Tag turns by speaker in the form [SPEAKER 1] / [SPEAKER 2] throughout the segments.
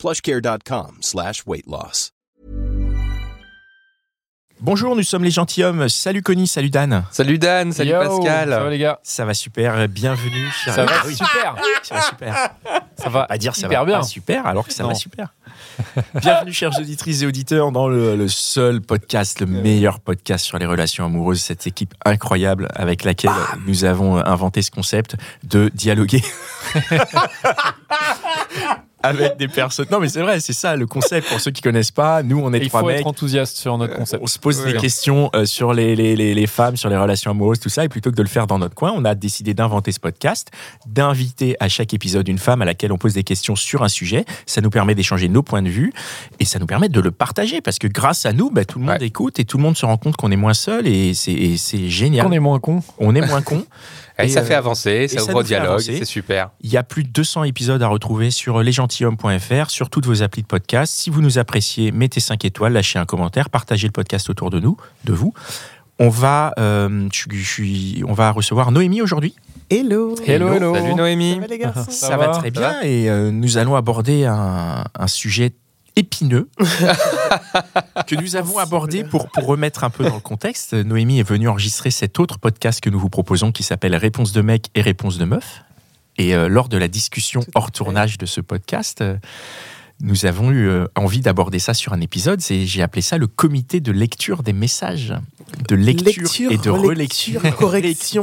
[SPEAKER 1] plushcare.com slash weight loss.
[SPEAKER 2] Bonjour, nous sommes les gentilshommes. Salut Conny, salut Dan.
[SPEAKER 3] Salut Dan, salut Pascal.
[SPEAKER 4] Ça va les gars
[SPEAKER 2] Ça va super, bienvenue. chers
[SPEAKER 4] Ça va
[SPEAKER 2] amis.
[SPEAKER 4] super
[SPEAKER 2] Ça va super.
[SPEAKER 4] Ça va
[SPEAKER 2] Pas dire ça
[SPEAKER 4] hyper
[SPEAKER 2] va
[SPEAKER 4] bien.
[SPEAKER 2] pas super alors que ça va
[SPEAKER 4] Non.
[SPEAKER 2] super. Bienvenue chers auditrices et auditeurs dans le, le seul podcast, le meilleur podcast sur les relations amoureuses, cette équipe incroyable avec laquelle nous avons euh, inventé ce concept de dialoguer. avec des personnes. Non mais c'est vrai, c'est ça le concept pour ceux qui connaissent pas. Nous on est
[SPEAKER 4] Et Il
[SPEAKER 2] trois
[SPEAKER 4] faut
[SPEAKER 2] mecs.
[SPEAKER 4] être enthousiaste sur notre concept.
[SPEAKER 2] On se pose
[SPEAKER 3] Oui.
[SPEAKER 2] des questions euh, sur les, les, les, les femmes, sur les relations amoureuses, tout ça. Et plutôt que de le faire dans notre coin, on a décidé d'inventer ce podcast, d'inviter à chaque épisode une femme à laquelle on pose des questions sur un sujet. Ça nous permet d'échanger nos points de vue et ça nous permet de le partager parce que grâce à nous, bah, tout le monde
[SPEAKER 3] Ouais.
[SPEAKER 2] écoute et tout le monde se rend compte qu'on est moins seul et c'est- et c'est génial.
[SPEAKER 4] Qu'on est moins con.
[SPEAKER 2] On est moins con.
[SPEAKER 3] Et Eh, ça
[SPEAKER 2] euh,
[SPEAKER 3] fait avancer, ça
[SPEAKER 2] ça
[SPEAKER 3] ouvre
[SPEAKER 2] nous
[SPEAKER 3] au
[SPEAKER 2] fait
[SPEAKER 3] dialogue,
[SPEAKER 2] avancer.
[SPEAKER 3] c'est super.
[SPEAKER 2] Il y a plus de 200 épisodes à retrouver sur lesgentilhommes.fr, sur toutes vos applis de podcast. Si vous nous appréciez, mettez 5 étoiles, lâchez un commentaire, partagez le podcast autour de nous, de vous. On va, euh, je suis- je suis- on va recevoir Noémie aujourd'hui.
[SPEAKER 5] Hello.
[SPEAKER 4] Hello, hello.
[SPEAKER 3] Salut
[SPEAKER 5] Ça
[SPEAKER 3] Noémie.
[SPEAKER 5] va les garçons
[SPEAKER 4] Ça va
[SPEAKER 2] très bien et euh, nous allons aborder un, un sujet épineux que nous avons abordé pour, pour remettre un peu dans le contexte. Noémie est venue enregistrer cet autre podcast que nous vous proposons qui s'appelle Réponse de mec et Réponse de meuf. Et euh, lors de la discussion
[SPEAKER 5] Tout à
[SPEAKER 2] hors
[SPEAKER 5] fait.
[SPEAKER 2] tournage de ce podcast, euh, nous avons eu euh, envie d'aborder ça sur un épisode. C'est- J'ai appelé ça le comité de lecture des messages, de lecture,
[SPEAKER 5] Lecture,
[SPEAKER 2] et de
[SPEAKER 5] relecture,
[SPEAKER 2] relecture,
[SPEAKER 5] correction.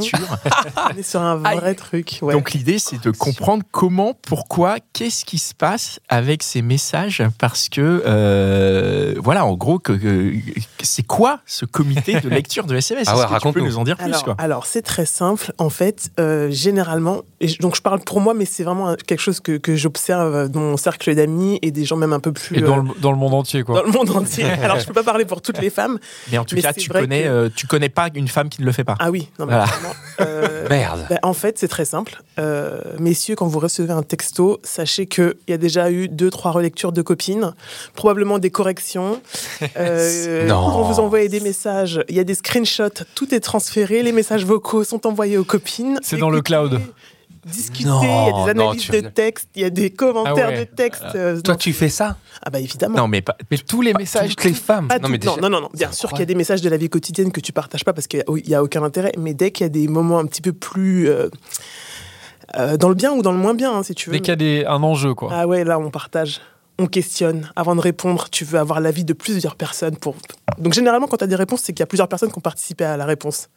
[SPEAKER 2] Lecture.
[SPEAKER 5] On est sur un vrai truc. Ouais.
[SPEAKER 2] Donc l'idée, c'est de comprendre comment, pourquoi, qu'est-ce qui se passe avec ces messages, parce que euh, voilà, en gros, que, que- c'est quoi ce comité de lecture de SMS
[SPEAKER 3] Ah
[SPEAKER 2] Est-ce que
[SPEAKER 3] ouais,
[SPEAKER 2] tu peux
[SPEAKER 3] raconte-nous.
[SPEAKER 2] nous en dire plus
[SPEAKER 5] alors,
[SPEAKER 2] quoi
[SPEAKER 5] alors, c'est très simple. En fait, euh, généralement, et je- donc je parle pour moi, mais c'est vraiment un- quelque chose que, que j'observe dans mon cercle d'amis et des gens même un peu plus
[SPEAKER 4] Et dans
[SPEAKER 5] euh,
[SPEAKER 4] le, dans le monde entier, quoi.
[SPEAKER 5] dans le monde entier. Alors, je peux pas parler pour toutes les femmes.
[SPEAKER 2] Mais en tout
[SPEAKER 5] Mais
[SPEAKER 2] cas,
[SPEAKER 5] c'est
[SPEAKER 2] tu
[SPEAKER 5] vrai
[SPEAKER 2] connais,
[SPEAKER 5] que-
[SPEAKER 2] euh, tu connais pas une femme qui ne le fait pas.
[SPEAKER 5] Ah oui, non mais
[SPEAKER 2] Voilà.
[SPEAKER 5] vraiment, euh,
[SPEAKER 3] Merde.
[SPEAKER 5] bah, en fait, c'est très simple. Euh, messieurs, quand vous recevez un texto, sachez qu'il y a déjà eu deux, trois relectures de copines, probablement des corrections. Euh,
[SPEAKER 3] Non.
[SPEAKER 5] Quand vous envoyez des messages, il y a des screenshots, tout est transféré, les messages vocaux sont envoyés aux copines.
[SPEAKER 4] C'est dans le
[SPEAKER 5] Écoutez,
[SPEAKER 4] cloud.
[SPEAKER 5] Discutez,
[SPEAKER 3] Non,
[SPEAKER 5] il y a des
[SPEAKER 3] non,
[SPEAKER 5] analyses
[SPEAKER 3] tu-
[SPEAKER 5] de texte, il y a des commentaires
[SPEAKER 4] Ah ouais.
[SPEAKER 5] de texte. euh,
[SPEAKER 3] Toi,
[SPEAKER 5] dans-
[SPEAKER 3] tu fais ça
[SPEAKER 5] Ah bah évidemment.
[SPEAKER 2] Non, mais pas-
[SPEAKER 4] Mais tous les messages.
[SPEAKER 3] Toutes les femmes.
[SPEAKER 5] Pas
[SPEAKER 3] Non, mais
[SPEAKER 5] toutes- Ah,
[SPEAKER 3] déjà.
[SPEAKER 5] non, non, non, non. Bien
[SPEAKER 3] c'est
[SPEAKER 5] sûr qu'il y a des messages de la vie quotidienne que tu partages pas parce qu'il n'y a aucun intérêt, mais dès qu'il y a des moments un petit peu plus. euh, euh, dans le bien ou dans le moins bien, hein, si tu veux.
[SPEAKER 4] Dès qu'il y a des- un enjeu, quoi.
[SPEAKER 5] Ah ouais, là, on partage. On questionne. Avant de répondre, tu veux avoir l'avis de plusieurs personnes. pour. Donc, généralement, quand tu as des réponses, c'est qu'il y a plusieurs personnes qui ont participé à la réponse.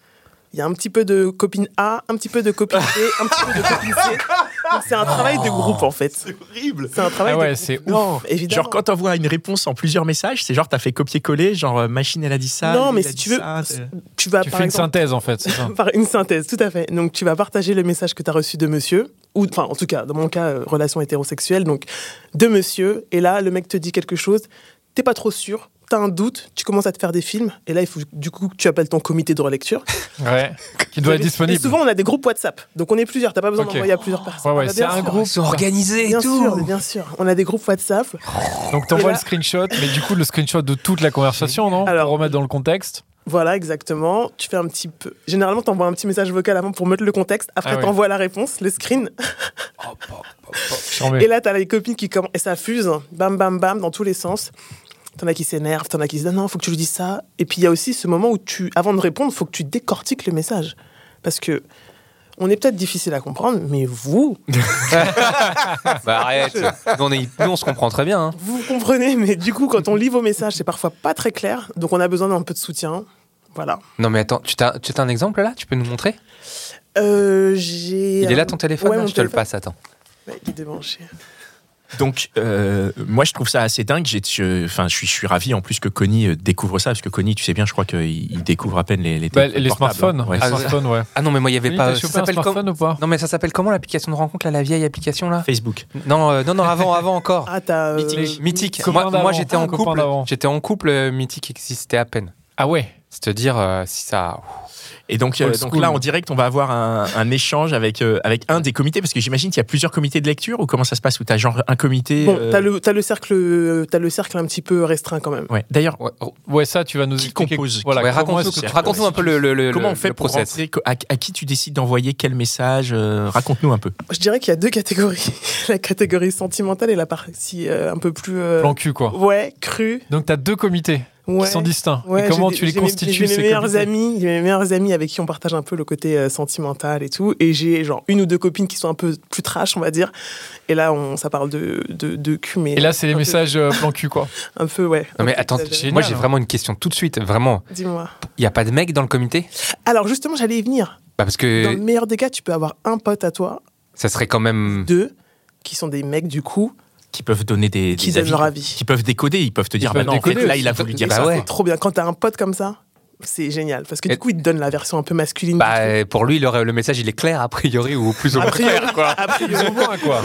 [SPEAKER 5] Il y a un petit peu de copine A, un petit peu de copine B, un petit peu de copine C. Donc, c'est un travail de groupe, en fait. Oh, C'est horrible. C'est un travail
[SPEAKER 4] Ah
[SPEAKER 5] de
[SPEAKER 4] ouais,
[SPEAKER 5] groupe.
[SPEAKER 4] c'est ouf.
[SPEAKER 5] Non, évidemment.
[SPEAKER 2] genre quand t'envoies une réponse en plusieurs messages, c'est genre t'as fait copier-coller, genre euh, machine elle a dit ça.
[SPEAKER 5] Non,
[SPEAKER 2] lui,
[SPEAKER 5] mais
[SPEAKER 2] il a
[SPEAKER 5] si
[SPEAKER 2] dit
[SPEAKER 5] tu veux,
[SPEAKER 2] ça, euh.
[SPEAKER 5] tu vas,
[SPEAKER 4] Tu
[SPEAKER 5] par
[SPEAKER 4] fais une
[SPEAKER 5] exemple,
[SPEAKER 4] synthèse, en fait. c'est ça.
[SPEAKER 5] Par une synthèse, tout à fait. Donc tu vas partager le message que tu as reçu de monsieur, ou enfin en tout cas, dans mon cas, euh, relation hétérosexuelle, donc de monsieur, et là le mec te dit quelque chose, t'es pas trop sûr, t'as un doute, tu commences à te faire des films, et là il faut du coup que tu appelles ton comité de relecture.
[SPEAKER 4] Ouais. Qui doit être
[SPEAKER 5] Et
[SPEAKER 4] disponible.
[SPEAKER 5] souvent on a des groupes WhatsApp, donc on est plusieurs, t'as pas besoin
[SPEAKER 4] Ok.
[SPEAKER 5] d'envoyer à plusieurs personnes.
[SPEAKER 4] Ouais, ouais,
[SPEAKER 5] Ah,
[SPEAKER 4] c'est
[SPEAKER 5] bien
[SPEAKER 4] un
[SPEAKER 5] sûr.
[SPEAKER 4] groupe. ça.
[SPEAKER 3] organisé
[SPEAKER 5] Bien sûr, bien sûr. On a des groupes WhatsApp.
[SPEAKER 4] Donc t'envoies
[SPEAKER 5] Et
[SPEAKER 4] le
[SPEAKER 5] là-
[SPEAKER 4] screenshot, mais du coup, le screenshot de toute la conversation, non
[SPEAKER 5] Alors-
[SPEAKER 4] Pour remettre dans le contexte.
[SPEAKER 5] Voilà, exactement. Tu fais un petit peu. Généralement, t'envoies un petit message vocal avant pour mettre le contexte. Après,
[SPEAKER 4] Ah ouais.
[SPEAKER 5] t'envoies la réponse, le screen,
[SPEAKER 4] Non, mais-
[SPEAKER 5] Et là, t'as les copines qui commencent. Et ça fuse, hein. bam, bam, bam, dans tous les sens. T'en as qui s'énervent, t'en as qui se disent non, faut que tu lui dises ça. Et puis il y a aussi ce moment où tu, avant de répondre, faut que tu décortiques le message. Parce que on est peut-être difficile à comprendre, mais vous,
[SPEAKER 3] Bah arrête. Nous, on, est- nous, on se comprend très bien. hein.
[SPEAKER 5] vous comprenez. Mais du coup, quand on lit vos messages, c'est parfois pas très clair. Donc on a besoin d'un peu de soutien. Voilà.
[SPEAKER 3] Non, mais attends, tu as, tu as un exemple là Tu peux nous montrer
[SPEAKER 5] Euh, j'ai.
[SPEAKER 3] Il est là ton téléphone
[SPEAKER 5] Ouais,
[SPEAKER 3] là
[SPEAKER 5] mon
[SPEAKER 3] Je te le
[SPEAKER 5] téléphone.
[SPEAKER 3] passe, attends.
[SPEAKER 5] Ouais, il est débranché.
[SPEAKER 2] Donc, euh, moi, je trouve ça assez dingue. J'ai- je- Enfin, je suis, je suis ravi en plus que Connie euh, découvre ça, parce que Connie, tu sais bien, je crois qu'il il découvre à peine les, les,
[SPEAKER 4] Bah,
[SPEAKER 2] téléphones
[SPEAKER 4] les
[SPEAKER 2] portables,
[SPEAKER 4] smartphones.
[SPEAKER 2] hein. Ouais.
[SPEAKER 4] Les
[SPEAKER 3] Ah,
[SPEAKER 4] smartphones, ouais.
[SPEAKER 3] Ah non, mais moi, il y avait
[SPEAKER 4] Oui,
[SPEAKER 3] pas.
[SPEAKER 4] t'as
[SPEAKER 3] Ça
[SPEAKER 4] chopé un
[SPEAKER 3] s'appelle comment
[SPEAKER 4] smartphone ou pas
[SPEAKER 3] Non, mais ça s'appelle comment l'application de rencontre, là, la vieille application, là
[SPEAKER 2] Facebook.
[SPEAKER 3] Non, euh, non, non, avant, avant encore.
[SPEAKER 5] Ah, t'as. euh,
[SPEAKER 3] Mythique. Mythique.
[SPEAKER 4] Copain
[SPEAKER 3] Moi, moi,
[SPEAKER 4] d'avant.
[SPEAKER 3] j'étais en
[SPEAKER 4] Copain
[SPEAKER 3] couple.
[SPEAKER 4] d'avant.
[SPEAKER 3] J'étais en couple. euh, Mythique existait à peine.
[SPEAKER 4] Ah ouais.
[SPEAKER 3] C'est-à-dire euh, si ça.
[SPEAKER 2] Et donc, euh,
[SPEAKER 4] Old
[SPEAKER 2] donc
[SPEAKER 4] school.
[SPEAKER 2] là, en direct, on va avoir un, un échange avec, euh, avec un des comités, parce que j'imagine qu'il y a plusieurs comités de lecture, ou comment ça se passe Où t'as genre un comité
[SPEAKER 5] Bon,
[SPEAKER 2] euh,
[SPEAKER 5] t'as le, t'as le cercle, euh, t'as le cercle un petit peu restreint quand même.
[SPEAKER 2] ouais. D'ailleurs,
[SPEAKER 3] Ouais, oh,
[SPEAKER 4] Ouais, ça, tu vas nous
[SPEAKER 2] Qui
[SPEAKER 4] expliquer-
[SPEAKER 2] compose
[SPEAKER 4] Voilà,
[SPEAKER 3] ouais,
[SPEAKER 4] comment
[SPEAKER 3] raconte-nous
[SPEAKER 4] est-ce que-
[SPEAKER 3] raconte-nous un peu le, le, le-
[SPEAKER 2] comment
[SPEAKER 3] le-
[SPEAKER 2] on fait
[SPEAKER 3] le
[SPEAKER 2] pour
[SPEAKER 3] process.
[SPEAKER 2] rentrer co- à, à qui tu décides d'envoyer quel message euh, Raconte-nous un peu.
[SPEAKER 5] Je dirais qu'il y a deux catégories. la catégorie sentimentale et la partie euh, un peu plus. euh,
[SPEAKER 4] Plan cul, quoi.
[SPEAKER 5] Ouais, crue.
[SPEAKER 4] Donc, t'as deux comités
[SPEAKER 5] Ouais.
[SPEAKER 4] qui sont distincts.
[SPEAKER 5] Ouais,
[SPEAKER 4] Et comment
[SPEAKER 5] j'ai
[SPEAKER 4] tu
[SPEAKER 5] des-
[SPEAKER 4] les
[SPEAKER 5] j'ai mes-
[SPEAKER 4] constitues,
[SPEAKER 5] J'ai
[SPEAKER 4] ces
[SPEAKER 5] mes meilleurs
[SPEAKER 4] comités
[SPEAKER 5] amis, j'ai mes meilleurs amis avec qui on partage un peu le côté euh, sentimental et tout. Et j'ai genre une ou deux copines qui sont un peu plus trash, on va dire. Et là, on, ça parle de, de, de cul, mais
[SPEAKER 4] Et là, c'est les
[SPEAKER 5] un peu-
[SPEAKER 4] messages euh, plan cul, quoi.
[SPEAKER 5] un peu ouais.
[SPEAKER 3] Non mais
[SPEAKER 5] Un peu
[SPEAKER 3] attends,
[SPEAKER 5] exagéré.
[SPEAKER 4] génial,
[SPEAKER 3] moi j'ai
[SPEAKER 4] hein.
[SPEAKER 3] vraiment une question tout de suite, vraiment.
[SPEAKER 5] Dis-moi.
[SPEAKER 3] Il y a pas de mec dans le comité
[SPEAKER 5] Alors justement, j'allais y venir.
[SPEAKER 3] Bah parce
[SPEAKER 5] Dans le
[SPEAKER 3] que
[SPEAKER 5] meilleur des cas, tu peux avoir un pote à toi,
[SPEAKER 3] ça serait quand même
[SPEAKER 5] deux, qui sont des mecs du coup,
[SPEAKER 2] Qui peuvent donner des,
[SPEAKER 5] qui
[SPEAKER 2] des
[SPEAKER 5] donnent
[SPEAKER 2] avis,
[SPEAKER 5] leur avis.
[SPEAKER 2] qui peuvent décoder, ils peuvent te dire, bah
[SPEAKER 4] peuvent
[SPEAKER 2] non, en fait,
[SPEAKER 4] décoder
[SPEAKER 2] là,
[SPEAKER 4] aussi.
[SPEAKER 2] il a voulu dire
[SPEAKER 3] Bah
[SPEAKER 2] ça.
[SPEAKER 3] ouais.
[SPEAKER 2] quoi.
[SPEAKER 5] Ah Trop bien. Quand t'as un pote comme ça, c'est génial parce que
[SPEAKER 3] Et-
[SPEAKER 5] du coup, il te donne la version un peu masculine. du
[SPEAKER 3] bah
[SPEAKER 5] truc.
[SPEAKER 3] euh, pour lui le, le message il est clair a priori ou plus ou
[SPEAKER 5] A
[SPEAKER 3] moins
[SPEAKER 5] priori,
[SPEAKER 3] clair quoi.
[SPEAKER 5] a priori-
[SPEAKER 4] Moins, quoi.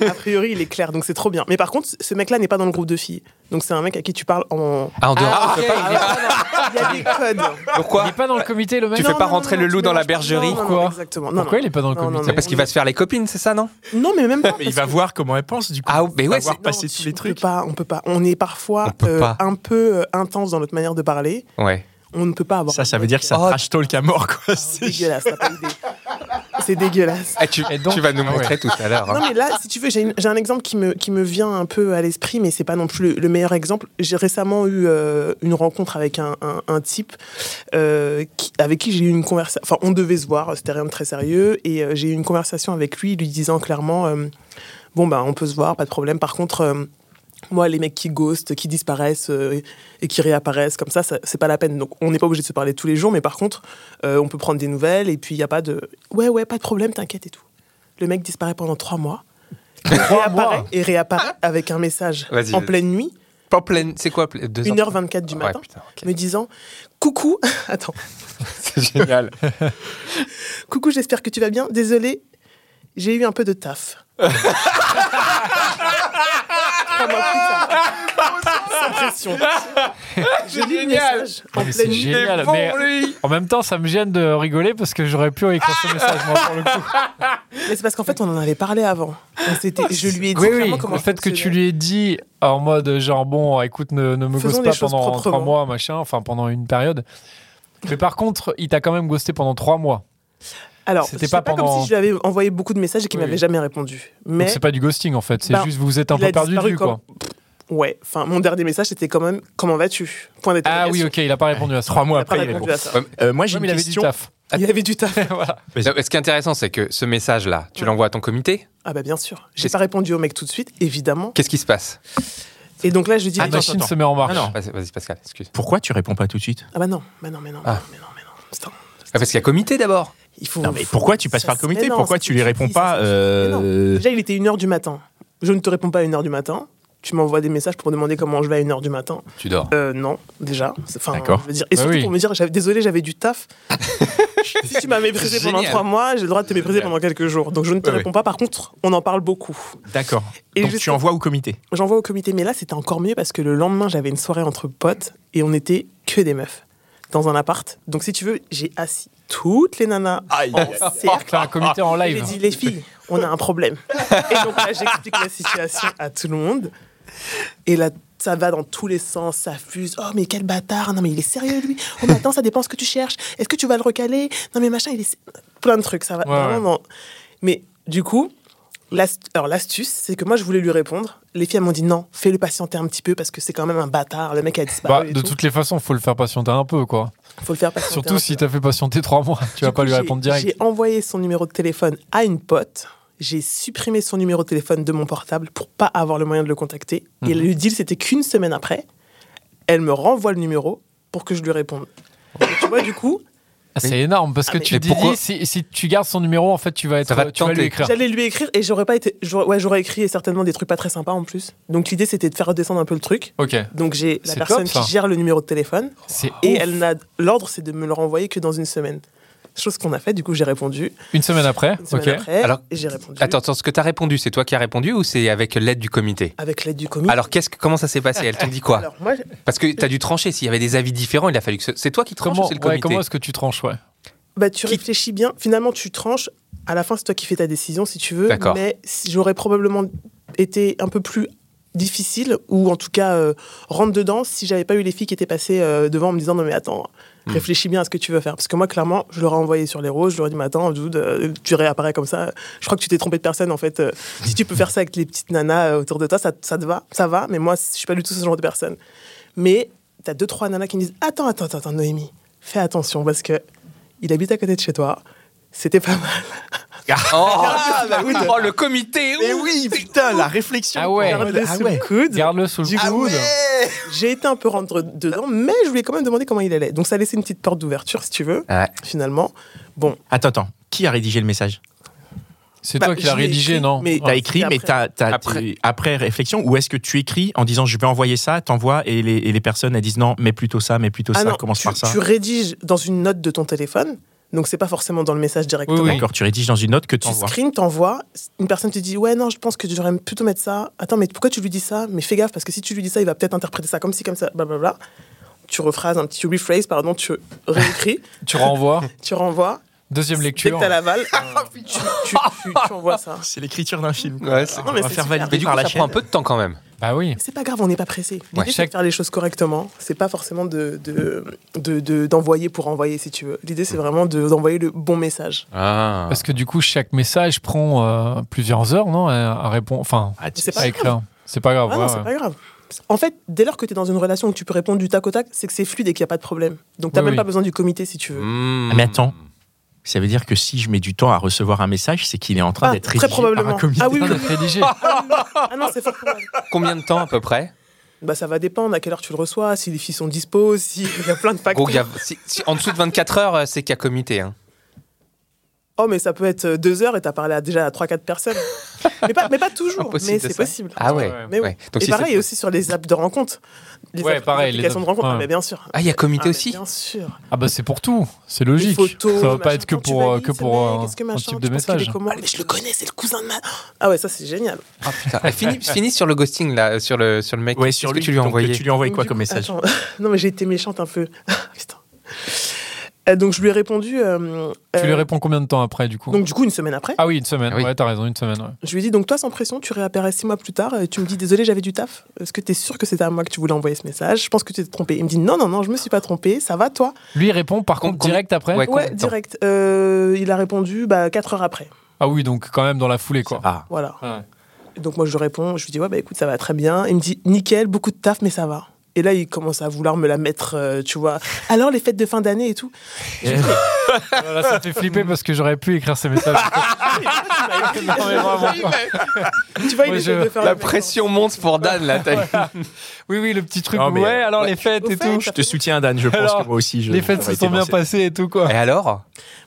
[SPEAKER 5] a priori, il est clair, donc c'est trop bien. Mais par contre, ce mec-là n'est pas dans le groupe de filles. Donc c'est un mec à qui tu parles en.
[SPEAKER 3] Ah, en dehors, tu fais pas-
[SPEAKER 5] Il y a des codes.
[SPEAKER 4] Il
[SPEAKER 3] Pourquoi
[SPEAKER 4] est pas dans le comité, le mec.
[SPEAKER 3] Tu
[SPEAKER 5] Non,
[SPEAKER 3] fais pas
[SPEAKER 5] non,
[SPEAKER 3] rentrer
[SPEAKER 5] non,
[SPEAKER 3] le
[SPEAKER 5] non,
[SPEAKER 3] loup
[SPEAKER 5] tu
[SPEAKER 3] dans la
[SPEAKER 5] mélanges-
[SPEAKER 3] bergerie,
[SPEAKER 5] non, non,
[SPEAKER 3] quoi.
[SPEAKER 5] non, Exactement. Non,
[SPEAKER 4] Pourquoi
[SPEAKER 5] non.
[SPEAKER 4] il est pas dans le
[SPEAKER 5] Non, non,
[SPEAKER 4] comité
[SPEAKER 3] C'est parce qu'il va se faire les copines, c'est ça non
[SPEAKER 5] Non, mais même pas.
[SPEAKER 2] Mais il va voir comment elle pense, du coup.
[SPEAKER 3] Ah mais
[SPEAKER 2] Il
[SPEAKER 3] ouais,
[SPEAKER 2] va voir
[SPEAKER 3] c'est-
[SPEAKER 2] passer
[SPEAKER 5] Non,
[SPEAKER 2] tous les
[SPEAKER 5] On
[SPEAKER 2] trucs.
[SPEAKER 5] peut pas. On peut pas. On est parfois
[SPEAKER 3] On peut
[SPEAKER 5] euh,
[SPEAKER 3] pas.
[SPEAKER 5] un peu euh, intense dans notre manière de parler.
[SPEAKER 3] ouais.
[SPEAKER 5] On ne peut pas avoir.
[SPEAKER 2] Ça, ça veut dire que ça
[SPEAKER 5] Ah.
[SPEAKER 3] Oh.
[SPEAKER 2] trash talk à mort, quoi.
[SPEAKER 5] C'est
[SPEAKER 2] C'est
[SPEAKER 5] dégueulasse. t'as pas idée. C'est dégueulasse.
[SPEAKER 3] Ah, tu,
[SPEAKER 4] Et donc-
[SPEAKER 3] tu vas nous
[SPEAKER 4] Ah ouais.
[SPEAKER 3] montrer tout à l'heure. hein.
[SPEAKER 5] Non mais là, si tu veux, j'ai une- j'ai un exemple qui me, qui me vient un peu à l'esprit, mais c'est pas non plus le, le meilleur exemple. J'ai récemment eu euh, une rencontre avec un, un- un type euh, qui- avec qui j'ai eu une conversation. Enfin, on devait se voir, c'était rien de très sérieux, et euh, j'ai eu une conversation avec lui, lui disant clairement, euh, bon ben, on peut se voir, pas de problème. Par contre. euh, moi, les mecs qui ghostent, qui disparaissent euh, et qui réapparaissent comme ça, ça c'est pas la peine. Donc, on n'est pas obligé de se parler tous les jours, mais par contre, euh, on peut prendre des nouvelles et puis il n'y a pas de. Ouais, ouais, pas de problème, t'inquiète et tout. Le mec disparaît pendant trois mois. réapparaît et réapparaît avec un message
[SPEAKER 3] Vas-y,
[SPEAKER 5] en
[SPEAKER 3] vas-y.
[SPEAKER 5] pleine nuit,
[SPEAKER 3] Pas pleine, c'est quoi pleine- deux
[SPEAKER 5] 1h24 du
[SPEAKER 3] Ouais,
[SPEAKER 5] matin,
[SPEAKER 3] putain, ok.
[SPEAKER 5] me disant Coucou, attends,
[SPEAKER 3] C'est génial.
[SPEAKER 5] coucou, j'espère que tu vas bien. Désolé, j'ai eu un peu de taf. Trois mois plus tard. Sans pression. Je lis le
[SPEAKER 3] Génial.
[SPEAKER 5] message en
[SPEAKER 4] Ah, Mais c'est
[SPEAKER 5] pleine nuit.
[SPEAKER 4] génial.
[SPEAKER 3] Mais
[SPEAKER 4] Génial, mais-
[SPEAKER 3] pour lui.
[SPEAKER 4] En même temps, ça me gêne de rigoler parce que j'aurais pu écrire
[SPEAKER 5] Ah
[SPEAKER 4] ce message, moi, pour le coup.
[SPEAKER 5] Mais c'est parce qu'en fait, on en avait parlé avant. On s'était- je lui ai dit
[SPEAKER 4] Oui,
[SPEAKER 5] vraiment
[SPEAKER 4] oui.
[SPEAKER 5] comment
[SPEAKER 4] Le
[SPEAKER 5] je
[SPEAKER 4] fait que tu
[SPEAKER 5] fonctionnais.
[SPEAKER 4] lui aies dit en mode genre, bon, écoute, ne, ne me
[SPEAKER 5] Faisons
[SPEAKER 4] ghost
[SPEAKER 5] les
[SPEAKER 4] pas
[SPEAKER 5] choses
[SPEAKER 4] pendant trois
[SPEAKER 5] proprement.
[SPEAKER 4] mois, machin, enfin pendant une période. Mais par contre, il t'a quand même ghosté pendant trois mois.
[SPEAKER 5] Alors,
[SPEAKER 4] C'était
[SPEAKER 5] c'était pas,
[SPEAKER 4] pas pendant-
[SPEAKER 5] comme si je lui avais envoyé beaucoup de messages et qu'il
[SPEAKER 4] Oui,
[SPEAKER 5] m'avait
[SPEAKER 4] oui.
[SPEAKER 5] jamais répondu.
[SPEAKER 4] Donc
[SPEAKER 5] Mais
[SPEAKER 4] c'est pas du ghosting en fait, c'est
[SPEAKER 5] Ben,
[SPEAKER 4] juste vous êtes un
[SPEAKER 5] il a
[SPEAKER 4] peu perdu de
[SPEAKER 5] disparu
[SPEAKER 4] vue
[SPEAKER 5] comme-
[SPEAKER 4] quoi.
[SPEAKER 5] ouais, enfin, mon dernier message c'était quand même comment vas-tu Point
[SPEAKER 4] Ah
[SPEAKER 5] d'interrogation.
[SPEAKER 4] oui, ok, il a pas répondu à ça.
[SPEAKER 2] Trois mois
[SPEAKER 5] Il a pas
[SPEAKER 2] après, il
[SPEAKER 5] Ah, répondu
[SPEAKER 2] répond.
[SPEAKER 5] à ça.
[SPEAKER 3] Ouais,
[SPEAKER 2] Euh, Moi, j'ai
[SPEAKER 4] Ouais, mais
[SPEAKER 2] une
[SPEAKER 4] il avait du
[SPEAKER 2] question.
[SPEAKER 4] taf. Ah,
[SPEAKER 5] Il avait du taf.
[SPEAKER 4] voilà.
[SPEAKER 3] Non, mais Ce qui est intéressant, c'est que ce message-là, tu l'envoies à ton comité.
[SPEAKER 5] Ah bah bien sûr. J'ai
[SPEAKER 3] Qu'est-ce-
[SPEAKER 5] pas répondu au mec tout de suite, évidemment.
[SPEAKER 3] Qu'est-ce qui se passe
[SPEAKER 5] Et donc là je lui dis
[SPEAKER 4] La
[SPEAKER 5] mais Ah non,
[SPEAKER 4] machine
[SPEAKER 2] attends.
[SPEAKER 4] se met en marche.
[SPEAKER 2] Non, non.
[SPEAKER 3] Vas-y, vas-y, Pascal, excuse.
[SPEAKER 2] Pourquoi tu réponds pas tout de suite
[SPEAKER 5] ah bah non, bah non, mais non,
[SPEAKER 3] Ah.
[SPEAKER 5] mais non, mais non. Putain.
[SPEAKER 3] Ah, parce qu'il y a comité d'abord.
[SPEAKER 5] Il faut
[SPEAKER 2] Non, mais pourquoi tu passes
[SPEAKER 5] Ça,
[SPEAKER 2] par le
[SPEAKER 5] c'est-
[SPEAKER 2] comité
[SPEAKER 5] mais non,
[SPEAKER 2] Pourquoi
[SPEAKER 5] c'est-
[SPEAKER 2] tu lui réponds
[SPEAKER 5] si, ça,
[SPEAKER 2] pas
[SPEAKER 5] c'est-
[SPEAKER 2] euh,
[SPEAKER 5] Déjà, il était 1h du matin. Je ne te réponds pas à 1h du matin. Tu m'envoies des messages pour me demander comment je vais à 1h du matin.
[SPEAKER 3] Tu dors.
[SPEAKER 5] Euh, non, déjà. C'est- Enfin,
[SPEAKER 2] D'accord.
[SPEAKER 5] je veux dire- et
[SPEAKER 4] Bah
[SPEAKER 5] surtout
[SPEAKER 4] oui.
[SPEAKER 5] pour me dire, j'avais- désolé, j'avais du taf. si tu m'as méprisé pendant
[SPEAKER 3] Génial.
[SPEAKER 5] trois mois, j'ai le droit de te mépriser
[SPEAKER 3] Génial.
[SPEAKER 5] pendant quelques jours. Donc je ne te
[SPEAKER 2] Ouais, ouais.
[SPEAKER 5] réponds pas. Par contre, on en parle beaucoup.
[SPEAKER 2] D'accord.
[SPEAKER 5] Et
[SPEAKER 2] Donc
[SPEAKER 5] juste-
[SPEAKER 2] tu envoies au comité.
[SPEAKER 5] J'envoie au comité, mais là c'était encore mieux parce que le lendemain j'avais une soirée entre potes et on était que des meufs dans un appart. Donc si tu veux, j'ai assis toutes les nanas en cercle.
[SPEAKER 4] Faire un comité en
[SPEAKER 5] J'ai
[SPEAKER 4] live.
[SPEAKER 5] dit les filles, on a un problème. Et donc là j'explique la situation à tout le monde. Et là ça va dans tous les sens, ça fuse. Oh mais quel bâtard Non mais il est sérieux lui. Oh mais attends, ça dépend ce que tu cherches. Est-ce que tu vas le recaler Non mais machin, il est plein de trucs. Ça va
[SPEAKER 4] Ouais, ouais.
[SPEAKER 5] vraiment. dans- Mais du coup. L'ast- Alors l'astuce, c'est que moi je voulais lui répondre. Les filles elles m'ont dit non, fais-le patienter un petit peu parce que c'est quand même un bâtard. Le mec a
[SPEAKER 4] Bah,
[SPEAKER 5] disparu. et
[SPEAKER 4] de
[SPEAKER 5] tout.
[SPEAKER 4] toutes les façons, faut le faire patienter un peu quoi.
[SPEAKER 5] Faut le faire patienter. un
[SPEAKER 4] Surtout si
[SPEAKER 5] peu.
[SPEAKER 4] t'as fait patienter trois mois, tu vas
[SPEAKER 5] Du
[SPEAKER 4] pas
[SPEAKER 5] coup,
[SPEAKER 4] lui
[SPEAKER 5] j'ai-
[SPEAKER 4] répondre direct.
[SPEAKER 5] J'ai envoyé son numéro de téléphone à une pote. J'ai supprimé son numéro de téléphone de mon portable pour pas avoir le moyen de le contacter. Et
[SPEAKER 4] Mhm.
[SPEAKER 5] le deal, c'était qu'une semaine après, elle me renvoie le numéro pour que je lui réponde. Et tu vois, du coup,
[SPEAKER 4] Ah, C'est énorme parce
[SPEAKER 5] Ah,
[SPEAKER 4] que
[SPEAKER 5] mais-
[SPEAKER 4] tu
[SPEAKER 3] Mais
[SPEAKER 4] dis
[SPEAKER 3] pourquoi-
[SPEAKER 4] si, si tu gardes son numéro, en fait, tu vas être,
[SPEAKER 3] Ça va te
[SPEAKER 4] tu vas lui
[SPEAKER 3] tenter.
[SPEAKER 4] écrire.
[SPEAKER 5] J'allais lui écrire et j'aurais pas été. J'aurais, ouais, j'aurais écrit certainement des trucs pas très sympas en plus. Donc l'idée c'était de faire redescendre un peu le truc.
[SPEAKER 4] Ok.
[SPEAKER 5] Donc j'ai la
[SPEAKER 4] C'est
[SPEAKER 5] personne
[SPEAKER 4] top, ça.
[SPEAKER 5] qui gère le numéro de téléphone
[SPEAKER 4] C'est
[SPEAKER 5] et
[SPEAKER 4] ouf.
[SPEAKER 5] elle n'a l'ordre c'est de me le renvoyer que dans une semaine. Chose qu'on a fait. Du coup j'ai répondu
[SPEAKER 4] Une semaine après.
[SPEAKER 5] une
[SPEAKER 4] Ok.
[SPEAKER 5] semaine après.
[SPEAKER 3] Alors-
[SPEAKER 5] et j'ai répondu.
[SPEAKER 3] Attends, attends, ce que t'as répondu, c'est toi qui as répondu ou c'est avec l'aide du comité
[SPEAKER 5] Avec l'aide du comité.
[SPEAKER 3] Alors qu'est-ce que, comment ça s'est passé Elles t'ont dit quoi
[SPEAKER 5] Alors, moi, je-
[SPEAKER 3] Parce que t'as dû trancher. S'il y avait des avis différents, il a fallu que ce- c'est toi qui tranches ou
[SPEAKER 4] Comment,
[SPEAKER 3] c'est le
[SPEAKER 4] ouais,
[SPEAKER 3] comité
[SPEAKER 4] comment est-ce que tu tranches ouais.
[SPEAKER 5] bah, tu
[SPEAKER 3] Qui-
[SPEAKER 5] réfléchis bien. Finalement tu tranches. À la fin c'est toi qui fais ta décision si tu veux.
[SPEAKER 3] D'accord.
[SPEAKER 5] Mais si- j'aurais probablement été un peu plus difficile ou en tout cas euh, rentre dedans si j'avais pas eu les filles qui étaient passées euh, devant en me disant non mais attends
[SPEAKER 3] Hmm.
[SPEAKER 5] réfléchis bien à ce que tu veux faire parce que moi clairement je leur ai envoyé sur les roses je leur ai dit mais attends dude euh, tu réapparais comme ça je crois que tu t'es trompé de personne en fait Euh, si tu peux faire ça avec les petites nanas euh, autour de toi ça, ça te va ça va mais moi je suis pas du tout ce genre de personne mais t'as deux trois nanas qui me disent attends attends attends, attends Noémie fais attention parce que il habite à côté de chez toi c'était pas mal
[SPEAKER 3] Oh, bah oui, oh, le comité
[SPEAKER 2] Mais
[SPEAKER 3] ouh.
[SPEAKER 2] oui, putain, la réflexion.
[SPEAKER 4] Ah ouais.
[SPEAKER 2] en mode,
[SPEAKER 5] Garde-le
[SPEAKER 2] ah
[SPEAKER 5] sous
[SPEAKER 2] ouais.
[SPEAKER 5] le coude.
[SPEAKER 4] Garde-le sous le
[SPEAKER 5] Du
[SPEAKER 4] coude.
[SPEAKER 5] J'ai été un peu rentre dedans, mais je lui ai quand même demandé comment il allait. Donc ça a laissé une petite porte d'ouverture, si tu veux,
[SPEAKER 2] Ah.
[SPEAKER 3] Ouais.
[SPEAKER 5] finalement. Bon,
[SPEAKER 2] Attends, attends. Qui a rédigé le message
[SPEAKER 4] C'est
[SPEAKER 5] Bah,
[SPEAKER 4] toi qui
[SPEAKER 5] je
[SPEAKER 4] l'as
[SPEAKER 5] l'ai
[SPEAKER 4] rédigé,
[SPEAKER 5] écrit,
[SPEAKER 4] non
[SPEAKER 5] mais
[SPEAKER 2] T'as écrit,
[SPEAKER 5] c'est
[SPEAKER 2] mais
[SPEAKER 5] après.
[SPEAKER 2] t'as, t'as-
[SPEAKER 3] Après.
[SPEAKER 2] t'es- après. réflexion, ou est-ce que tu écris en disant je vais envoyer ça, t'envoies et les, et les personnes elles disent non, mais plutôt ça, mais plutôt
[SPEAKER 5] ah
[SPEAKER 2] ça,
[SPEAKER 5] non,
[SPEAKER 2] commence
[SPEAKER 5] tu,
[SPEAKER 2] par ça.
[SPEAKER 5] tu rédiges dans une note de ton téléphone, donc c'est pas forcément dans le message directement.
[SPEAKER 4] Oui.
[SPEAKER 2] D'accord, tu rédiges dans une note que
[SPEAKER 5] Tu
[SPEAKER 2] t'envoies.
[SPEAKER 5] screens, t'envoies, une personne te dit Ouais, non, je pense que j'aurais plutôt mettre ça. Attends, mais pourquoi tu lui dis ça Mais fais gaffe, parce que si tu lui dis ça, il va peut-être interpréter ça comme ci, comme ça, blablabla. Tu rephrases un petit, tu rephrases, pardon, tu réécris,
[SPEAKER 4] Tu renvoies.
[SPEAKER 5] tu renvoies.
[SPEAKER 4] Deuxième
[SPEAKER 5] Dès
[SPEAKER 4] lecture.
[SPEAKER 5] que t'as l'aval,
[SPEAKER 2] Ah,
[SPEAKER 5] tu, tu, tu- tu envoies ça.
[SPEAKER 2] C'est l'écriture d'un film.
[SPEAKER 3] Ouais, c'est-
[SPEAKER 5] Non, mais
[SPEAKER 2] ah, On va
[SPEAKER 5] c'est
[SPEAKER 2] faire
[SPEAKER 5] super.
[SPEAKER 3] Mais
[SPEAKER 2] valider
[SPEAKER 3] du
[SPEAKER 2] par
[SPEAKER 3] coup,
[SPEAKER 2] la
[SPEAKER 3] ça prend un
[SPEAKER 2] chaîne.
[SPEAKER 3] peu de temps quand même.
[SPEAKER 4] Bah oui.
[SPEAKER 5] C'est pas grave, on n'est pas pressé. L'idée,
[SPEAKER 3] Ouais,
[SPEAKER 5] c'est
[SPEAKER 4] chaque-
[SPEAKER 5] de faire les choses correctement. C'est pas forcément de, de, de- de- d'envoyer pour envoyer, si tu veux. L'idée, c'est vraiment de- d'envoyer le bon message.
[SPEAKER 3] Ah.
[SPEAKER 4] Parce que du coup, chaque message prend euh, plusieurs heures, non, à, à répondre. Enfin,
[SPEAKER 2] Ah, tu-
[SPEAKER 5] C'est pas
[SPEAKER 4] à écrire. C'est pas grave.
[SPEAKER 5] Ah non,
[SPEAKER 4] ouais,
[SPEAKER 5] c'est
[SPEAKER 4] ouais.
[SPEAKER 5] pas grave. En fait, dès lors que tu es dans une relation où tu peux répondre du tac au tac, c'est que c'est fluide et qu'il n'y a pas de problème. Donc, tu
[SPEAKER 4] Oui,
[SPEAKER 5] même
[SPEAKER 4] oui.
[SPEAKER 5] pas besoin du comité, si tu veux.
[SPEAKER 3] Hmm.
[SPEAKER 2] Ah, mais attends. Ça veut dire que si je mets du temps à recevoir un message, c'est qu'il est en train
[SPEAKER 5] Ah,
[SPEAKER 2] d'être
[SPEAKER 5] très
[SPEAKER 2] rédigé par
[SPEAKER 5] probablement.
[SPEAKER 2] un comité.
[SPEAKER 5] Ah oui,
[SPEAKER 4] Putain,
[SPEAKER 5] oui.
[SPEAKER 4] d'être rédigé.
[SPEAKER 5] Ah non, c'est fort probable.
[SPEAKER 3] Combien de temps à peu près
[SPEAKER 5] Bah, ça va dépendre à quelle heure tu le reçois, si les filles sont dispo, s'il y a plein de
[SPEAKER 3] Gros,
[SPEAKER 5] facteurs.
[SPEAKER 3] il y a- si- si- En dessous de 24 heures, euh, c'est qu'il y a comité. hein.
[SPEAKER 5] Oh, mais ça peut être euh, deux heures et t'as parlé à, déjà à 3-4 personnes. mais, pas, mais pas toujours,
[SPEAKER 3] Impossible
[SPEAKER 5] mais
[SPEAKER 3] de
[SPEAKER 5] c'est
[SPEAKER 3] ça.
[SPEAKER 5] possible.
[SPEAKER 3] Ah ouais.
[SPEAKER 4] Ouais,
[SPEAKER 5] Mais oui.
[SPEAKER 3] ouais. Donc,
[SPEAKER 5] et
[SPEAKER 3] si c'est-
[SPEAKER 5] pareil, aussi sur les apps de rencontre. Les
[SPEAKER 4] Ouais,
[SPEAKER 5] apps-
[SPEAKER 4] pareil,
[SPEAKER 5] Les
[SPEAKER 4] les
[SPEAKER 5] applications
[SPEAKER 4] apps.
[SPEAKER 5] de rencontre,
[SPEAKER 4] Ouais.
[SPEAKER 5] mais bien sûr.
[SPEAKER 3] Ah, il y a comité
[SPEAKER 5] mais
[SPEAKER 3] aussi
[SPEAKER 5] Bien sûr.
[SPEAKER 4] Ah bah c'est pour tout. C'est
[SPEAKER 5] Les
[SPEAKER 4] logique.
[SPEAKER 5] photos,
[SPEAKER 4] ça va
[SPEAKER 5] machin,
[SPEAKER 4] pas être que
[SPEAKER 5] quand tu
[SPEAKER 4] pour euh,
[SPEAKER 5] valides,
[SPEAKER 4] que
[SPEAKER 5] ce
[SPEAKER 4] pour
[SPEAKER 5] mec,
[SPEAKER 4] euh,
[SPEAKER 5] qu'est-ce que
[SPEAKER 4] un
[SPEAKER 5] machin,
[SPEAKER 4] type de
[SPEAKER 5] tu penses qu'il est
[SPEAKER 4] message.
[SPEAKER 5] comment Ah, mais je le connais, c'est le cousin de ma. Ah ouais, ça c'est génial.
[SPEAKER 3] Ah putain. Eh, Finis, finis sur le ghosting là, euh, sur le sur le mec.
[SPEAKER 2] Ouais,
[SPEAKER 3] Qu'est-ce
[SPEAKER 2] sur
[SPEAKER 3] que
[SPEAKER 2] lui.
[SPEAKER 3] tu lui as
[SPEAKER 2] donc,
[SPEAKER 3] envoyé
[SPEAKER 2] Tu lui as envoyé
[SPEAKER 5] Donc,
[SPEAKER 2] quoi
[SPEAKER 5] du
[SPEAKER 2] comme
[SPEAKER 5] coup-
[SPEAKER 2] message
[SPEAKER 5] attends. Non, mais j'ai été méchante un peu. Ah, Putain. Euh, donc je lui ai répondu. euh,
[SPEAKER 4] Tu lui
[SPEAKER 5] euh,
[SPEAKER 4] réponds combien de temps après du coup
[SPEAKER 5] Donc du coup, une semaine après,
[SPEAKER 4] Ah oui, une semaine.
[SPEAKER 3] Ah oui.
[SPEAKER 4] Ouais, t'as raison, une semaine. ouais.
[SPEAKER 5] je lui ai dit donc toi sans pression, tu réapparais six mois plus tard et tu me dis désolé, j'avais du taf. Est-ce que t'es sûr que c'était à moi que tu voulais envoyer ce message Je pense que tu t'es trompé. Il me dit non non non, je me suis pas trompé. Ça va toi
[SPEAKER 4] Lui il répond par
[SPEAKER 3] Com-
[SPEAKER 4] contre
[SPEAKER 3] com-
[SPEAKER 4] direct après.
[SPEAKER 3] Ouais, combien
[SPEAKER 5] Ouais,
[SPEAKER 3] de temps
[SPEAKER 5] direct. Euh, il a répondu bah quatre heures après.
[SPEAKER 4] Ah oui, donc quand même dans la foulée quoi.
[SPEAKER 2] Ah,
[SPEAKER 5] Voilà.
[SPEAKER 4] Ouais.
[SPEAKER 5] Donc moi je lui réponds, je lui dis ouais bah écoute ça va très bien. Il me dit nickel, beaucoup de taf mais ça va. Et là il commence à vouloir me la mettre, euh, tu vois. Alors les fêtes de fin d'année et tout.
[SPEAKER 4] Voilà, ça me fait flipper parce que j'aurais pu écrire ces messages. non, mais vraiment, quoi.
[SPEAKER 5] tu vois il
[SPEAKER 4] Moi,
[SPEAKER 5] essaie
[SPEAKER 4] je-
[SPEAKER 5] de faire
[SPEAKER 3] La
[SPEAKER 5] le mec,
[SPEAKER 3] pression monte pour Dan là. t'as vu.
[SPEAKER 4] Oui, oui, le petit truc.
[SPEAKER 2] Non, mais,
[SPEAKER 4] ouais, alors
[SPEAKER 2] ouais.
[SPEAKER 4] les fêtes
[SPEAKER 5] Au
[SPEAKER 4] et
[SPEAKER 5] fait,
[SPEAKER 4] tout.
[SPEAKER 2] je te soutiens, Dan. Je pense
[SPEAKER 4] Alors,
[SPEAKER 2] que moi aussi. je-
[SPEAKER 4] Les fêtes se
[SPEAKER 2] j'aurais
[SPEAKER 4] sont
[SPEAKER 2] été
[SPEAKER 4] bien
[SPEAKER 2] dans cette-
[SPEAKER 4] passées et tout quoi.
[SPEAKER 3] Et alors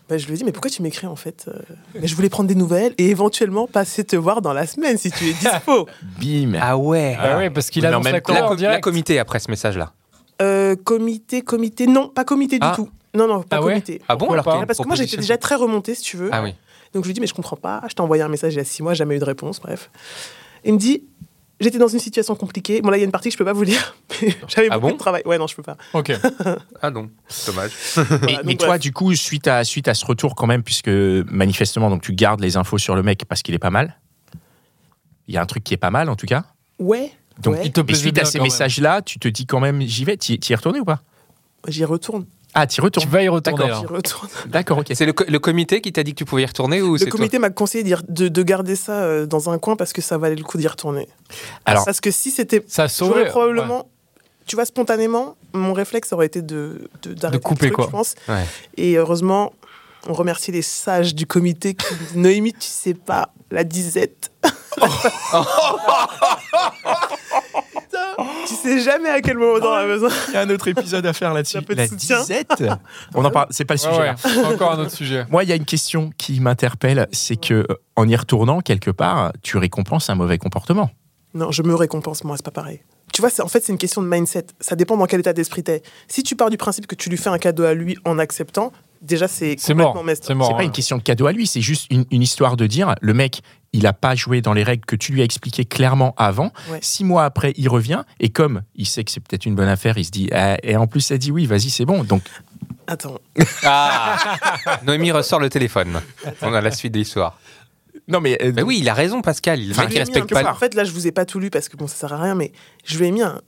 [SPEAKER 5] Bah, je lui ai dit, mais pourquoi tu m'écris en fait Euh, mais Je voulais prendre des nouvelles et éventuellement passer te voir dans la semaine si tu es dispo.
[SPEAKER 2] Bim.
[SPEAKER 3] Ah ouais.
[SPEAKER 4] Ah ouais, parce qu'il
[SPEAKER 2] Mais en
[SPEAKER 4] annonce
[SPEAKER 2] même
[SPEAKER 4] la
[SPEAKER 2] temps,
[SPEAKER 4] couleur
[SPEAKER 3] La,
[SPEAKER 4] en
[SPEAKER 3] com- la
[SPEAKER 4] direct.
[SPEAKER 3] comité après ce message là.
[SPEAKER 5] Euh, comité, comité, non, pas comité du
[SPEAKER 3] Ah.
[SPEAKER 5] tout. Non, non, pas
[SPEAKER 4] Ah ouais
[SPEAKER 5] comité.
[SPEAKER 3] Ah bon
[SPEAKER 4] Pourquoi
[SPEAKER 3] alors
[SPEAKER 4] pas
[SPEAKER 3] qu'il y a une
[SPEAKER 5] Parce que moi j'étais
[SPEAKER 3] proposition.
[SPEAKER 5] déjà très remontée si tu veux.
[SPEAKER 3] Ah oui.
[SPEAKER 5] Donc je lui dis mais je comprends pas, je t'ai envoyé un message il y a six mois, jamais eu de réponse, bref. Il me dit j'étais dans une situation compliquée. Bon là il y a une partie que je peux pas vous lire. mais J'avais
[SPEAKER 3] Ah
[SPEAKER 5] beaucoup
[SPEAKER 3] bon
[SPEAKER 5] de travail. Ouais non je peux pas.
[SPEAKER 4] Ok.
[SPEAKER 3] Ah non. Dommage.
[SPEAKER 2] Mais,
[SPEAKER 5] Voilà,
[SPEAKER 2] mais
[SPEAKER 5] donc
[SPEAKER 2] toi,
[SPEAKER 5] bref.
[SPEAKER 2] du coup, suite à, suite à ce retour, quand même, puisque manifestement, donc tu gardes les infos sur le mec parce qu'il est pas mal. Il y a un truc qui est pas mal, en tout cas.
[SPEAKER 5] Ouais.
[SPEAKER 2] Donc,
[SPEAKER 5] ouais.
[SPEAKER 4] Il te
[SPEAKER 2] Et
[SPEAKER 4] plaisait
[SPEAKER 2] suite
[SPEAKER 4] bien
[SPEAKER 2] à ces
[SPEAKER 4] quand même.
[SPEAKER 2] messages-là, tu te dis quand même, j'y vais. T'y t'y es retourné ou pas
[SPEAKER 5] J'y retourne.
[SPEAKER 2] Ah, t'y
[SPEAKER 4] Tu
[SPEAKER 2] retournes.
[SPEAKER 4] vas y retourner.
[SPEAKER 3] D'accord.
[SPEAKER 5] J'y
[SPEAKER 4] alors.
[SPEAKER 5] retourne.
[SPEAKER 2] D'accord, ok.
[SPEAKER 3] C'est le, co- le comité qui t'a dit que tu pouvais y retourner ou
[SPEAKER 5] Le
[SPEAKER 3] c'est toi
[SPEAKER 5] comité m'a conseillé d'y re- de, de garder ça euh, dans un coin parce que ça valait le coup d'y retourner.
[SPEAKER 2] Alors-
[SPEAKER 5] parce que si c'était
[SPEAKER 4] Ça a
[SPEAKER 5] J'aurais
[SPEAKER 4] sauvé.
[SPEAKER 5] probablement, tu vois, spontanément, mon réflexe aurait été de, de, d'arrêter
[SPEAKER 4] De couper,
[SPEAKER 5] le truc,
[SPEAKER 4] quoi.
[SPEAKER 5] je pense.
[SPEAKER 3] Ouais.
[SPEAKER 5] Et heureusement, on remercie les sages du comité qui disent, Noémie, tu sais pas, la disette. Putain, tu sait jamais à quel moment
[SPEAKER 4] Oh.
[SPEAKER 5] on en a besoin.
[SPEAKER 2] Il y a un autre épisode à faire là-dessus.
[SPEAKER 5] Un peu de
[SPEAKER 2] La
[SPEAKER 5] soutien.
[SPEAKER 2] disette. On en parle. C'est pas le sujet. là.
[SPEAKER 4] Ouais, ouais. Encore un autre sujet.
[SPEAKER 2] Moi, il y a une question qui m'interpelle, c'est que euh, en y retournant quelque part, tu récompenses un mauvais comportement.
[SPEAKER 5] Non, je me récompense, moi, c'est pas pareil. Tu vois, c'est- en fait, c'est une question de mindset. Ça dépend dans quel état d'esprit t'es. Si tu pars du principe que tu lui fais un cadeau à lui en acceptant, déjà, c'est
[SPEAKER 4] C'est
[SPEAKER 5] complètement
[SPEAKER 4] mort.
[SPEAKER 5] messed up.
[SPEAKER 4] C'est mort.
[SPEAKER 2] C'est pas
[SPEAKER 4] hein.
[SPEAKER 2] une question de cadeau à lui, c'est juste une, une histoire de dire le mec, il a pas joué dans les règles que tu lui as expliquées clairement avant.
[SPEAKER 5] Ouais.
[SPEAKER 2] Six mois après, il revient et comme il sait que c'est peut-être une bonne affaire, il se dit Ah, et en plus, elle dit oui, vas-y, c'est bon. Donc
[SPEAKER 5] Attends.
[SPEAKER 3] Ah Noémie ressort le téléphone. On a la suite de l'histoire.
[SPEAKER 2] non, mais euh,
[SPEAKER 3] Mais oui, il a raison, Pascal. Le
[SPEAKER 2] Enfin,
[SPEAKER 3] mec, il
[SPEAKER 5] Je lui ai mis
[SPEAKER 3] respecte
[SPEAKER 5] un- En
[SPEAKER 3] pas.
[SPEAKER 5] fait, là, je vous ai pas tout lu parce que bon, ça sert à rien, mais je lui ai mis un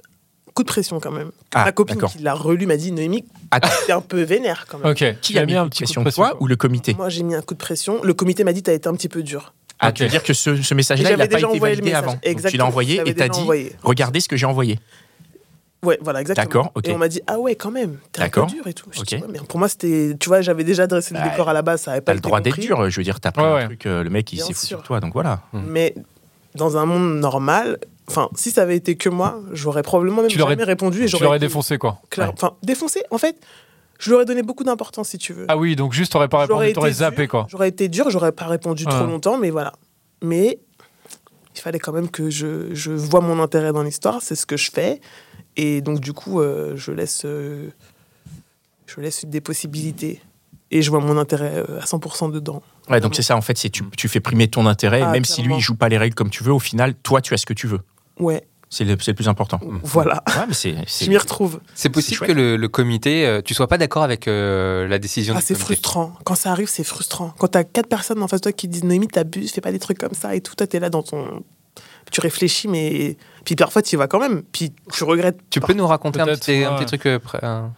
[SPEAKER 5] coup de pression quand même.
[SPEAKER 2] Ah,
[SPEAKER 5] La copine
[SPEAKER 2] d'accord.
[SPEAKER 5] qui l'a relu m'a dit Noémie,
[SPEAKER 2] Attends.
[SPEAKER 5] t'es un peu vénère quand même.
[SPEAKER 4] Ok.
[SPEAKER 2] qui
[SPEAKER 4] tu
[SPEAKER 2] a
[SPEAKER 4] as
[SPEAKER 2] mis une
[SPEAKER 4] petit coup
[SPEAKER 2] question
[SPEAKER 4] de pression,
[SPEAKER 2] toi ou le comité
[SPEAKER 5] Moi, j'ai mis un coup de pression. Le comité m'a dit t'as été un petit peu dur.
[SPEAKER 2] Ah, tu veux
[SPEAKER 4] Ok.
[SPEAKER 2] dire que ce, ce message-là,
[SPEAKER 5] Et
[SPEAKER 2] il n'a
[SPEAKER 5] j'avais
[SPEAKER 2] pas
[SPEAKER 5] déjà
[SPEAKER 2] été
[SPEAKER 5] envoyé le
[SPEAKER 2] validé
[SPEAKER 5] message.
[SPEAKER 2] avant. Donc, tu l'as
[SPEAKER 5] Exactement,
[SPEAKER 2] envoyé
[SPEAKER 5] j'avais
[SPEAKER 2] et t'as
[SPEAKER 5] déjà
[SPEAKER 2] dit
[SPEAKER 5] envoyé.
[SPEAKER 2] regardez ce que j'ai envoyé.
[SPEAKER 5] Ouais, voilà, exactement.
[SPEAKER 2] D'accord, ok.
[SPEAKER 5] Et on m'a dit ah ouais, quand même, t'es un peu
[SPEAKER 2] D'accord,
[SPEAKER 5] dur et tout. Je
[SPEAKER 2] ok.
[SPEAKER 5] dis, Ouais, mais pour moi, c'était, tu vois, j'avais déjà dressé le
[SPEAKER 2] Bah,
[SPEAKER 5] décor à la base, ça avait pas
[SPEAKER 2] T'as le
[SPEAKER 5] été
[SPEAKER 2] droit d'être
[SPEAKER 5] compris.
[SPEAKER 2] dur, je veux dire, t'as pris
[SPEAKER 4] Ouais,
[SPEAKER 2] un
[SPEAKER 4] ouais.
[SPEAKER 2] truc, euh, le mec, il
[SPEAKER 5] Bien
[SPEAKER 2] s'est foutu
[SPEAKER 5] sûr.
[SPEAKER 2] de toi, donc voilà.
[SPEAKER 5] Mais dans un monde normal, enfin, si ça avait été que moi, j'aurais probablement même
[SPEAKER 4] Tu l'aurais-
[SPEAKER 5] jamais répondu et
[SPEAKER 4] Tu
[SPEAKER 5] j'aurais
[SPEAKER 4] l'aurais
[SPEAKER 5] été
[SPEAKER 4] défoncé, quoi.
[SPEAKER 5] clair-
[SPEAKER 2] Ouais.
[SPEAKER 5] Enfin, défoncé. En fait, je lui aurais donné beaucoup d'importance si tu veux.
[SPEAKER 4] Ah oui, donc juste, t'aurais pas répondu,
[SPEAKER 5] J'aurais
[SPEAKER 4] t'aurais
[SPEAKER 5] été
[SPEAKER 4] zappé,
[SPEAKER 5] dur,
[SPEAKER 4] quoi.
[SPEAKER 5] J'aurais été dur, j'aurais pas répondu trop
[SPEAKER 4] Ouais.
[SPEAKER 5] longtemps, mais voilà. Mais il fallait quand même que je, je vois mon intérêt dans l'histoire, c'est ce que je fais. Et donc, du coup, euh, je, laisse, euh, je laisse des possibilités. Et je vois mon intérêt euh, à 100% dedans.
[SPEAKER 2] Ouais, donc c'est ça, en fait, c'est tu, tu fais primer ton intérêt,
[SPEAKER 5] Ah,
[SPEAKER 2] même si lui,
[SPEAKER 5] clairement.
[SPEAKER 2] il joue pas les règles comme tu veux, au final, toi, tu as ce que tu veux.
[SPEAKER 5] Ouais,
[SPEAKER 2] C'est le, c'est le plus important.
[SPEAKER 5] voilà.
[SPEAKER 2] Ouais, mais c'est. c'est-
[SPEAKER 5] Je m'y retrouve.
[SPEAKER 3] C'est
[SPEAKER 2] C'est
[SPEAKER 3] possible
[SPEAKER 2] chouette.
[SPEAKER 3] que le, le comité, euh, tu sois pas d'accord avec euh, la décision.
[SPEAKER 5] Ah,
[SPEAKER 3] du
[SPEAKER 5] c'est
[SPEAKER 3] comité.
[SPEAKER 5] frustrant. Quand ça arrive, c'est frustrant. Quand t'as quatre personnes en face de toi qui disent Noémie, t'abuses, fais pas des trucs comme ça et tout, toi t'es là dans ton. Tu réfléchis, mais. Puis parfois tu y vas quand même. Puis tu regrettes.
[SPEAKER 3] Tu peux nous raconter un
[SPEAKER 4] Peut-être,
[SPEAKER 3] petit, un
[SPEAKER 4] ouais.
[SPEAKER 3] petit truc euh, près- un-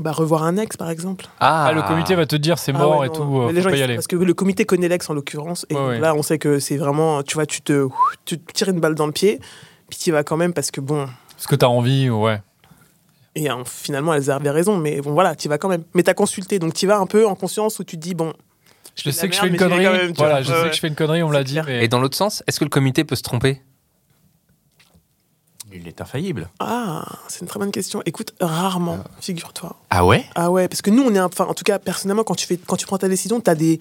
[SPEAKER 5] Bah, revoir un ex par exemple.
[SPEAKER 4] Ah, le comité va te dire c'est
[SPEAKER 5] Ah
[SPEAKER 4] mort
[SPEAKER 5] ouais,
[SPEAKER 4] et
[SPEAKER 5] non,
[SPEAKER 4] tout, euh,
[SPEAKER 5] mais les
[SPEAKER 4] faut
[SPEAKER 5] gens,
[SPEAKER 4] pas
[SPEAKER 5] ils-
[SPEAKER 4] y aller.
[SPEAKER 5] Parce que le comité connaît l'ex en l'occurrence. Et
[SPEAKER 4] Ouais, ouais.
[SPEAKER 5] là, on sait que c'est vraiment. Tu vois, tu te, tu te tires une balle dans le pied, puis tu vas quand même parce que bon.
[SPEAKER 4] Ce que t'as envie, ouais.
[SPEAKER 5] Et hein, finalement, elles avaient raison, mais bon, voilà, tu vas quand même. Mais t'as consulté, donc tu vas un peu en conscience où tu te dis, bon.
[SPEAKER 4] Je
[SPEAKER 5] de la
[SPEAKER 4] sais que je
[SPEAKER 5] merde,
[SPEAKER 4] fais une
[SPEAKER 5] mais j'y
[SPEAKER 4] connerie.
[SPEAKER 5] vais quand même, tu
[SPEAKER 4] Voilà,
[SPEAKER 5] vois.
[SPEAKER 4] je
[SPEAKER 5] Ouais,
[SPEAKER 4] sais
[SPEAKER 5] ouais.
[SPEAKER 4] que je fais une connerie, on me l'a dit. mais-
[SPEAKER 3] Et dans l'autre sens, est-ce que le comité peut se tromper
[SPEAKER 2] Il est infaillible.
[SPEAKER 5] Ah, c'est une très bonne question. Écoute, rarement, figure-toi.
[SPEAKER 2] Ah ouais
[SPEAKER 5] Ah ouais, parce que nous, on est. un- Enfin, en tout cas, personnellement, quand tu, fais, quand tu prends ta décision, t'as des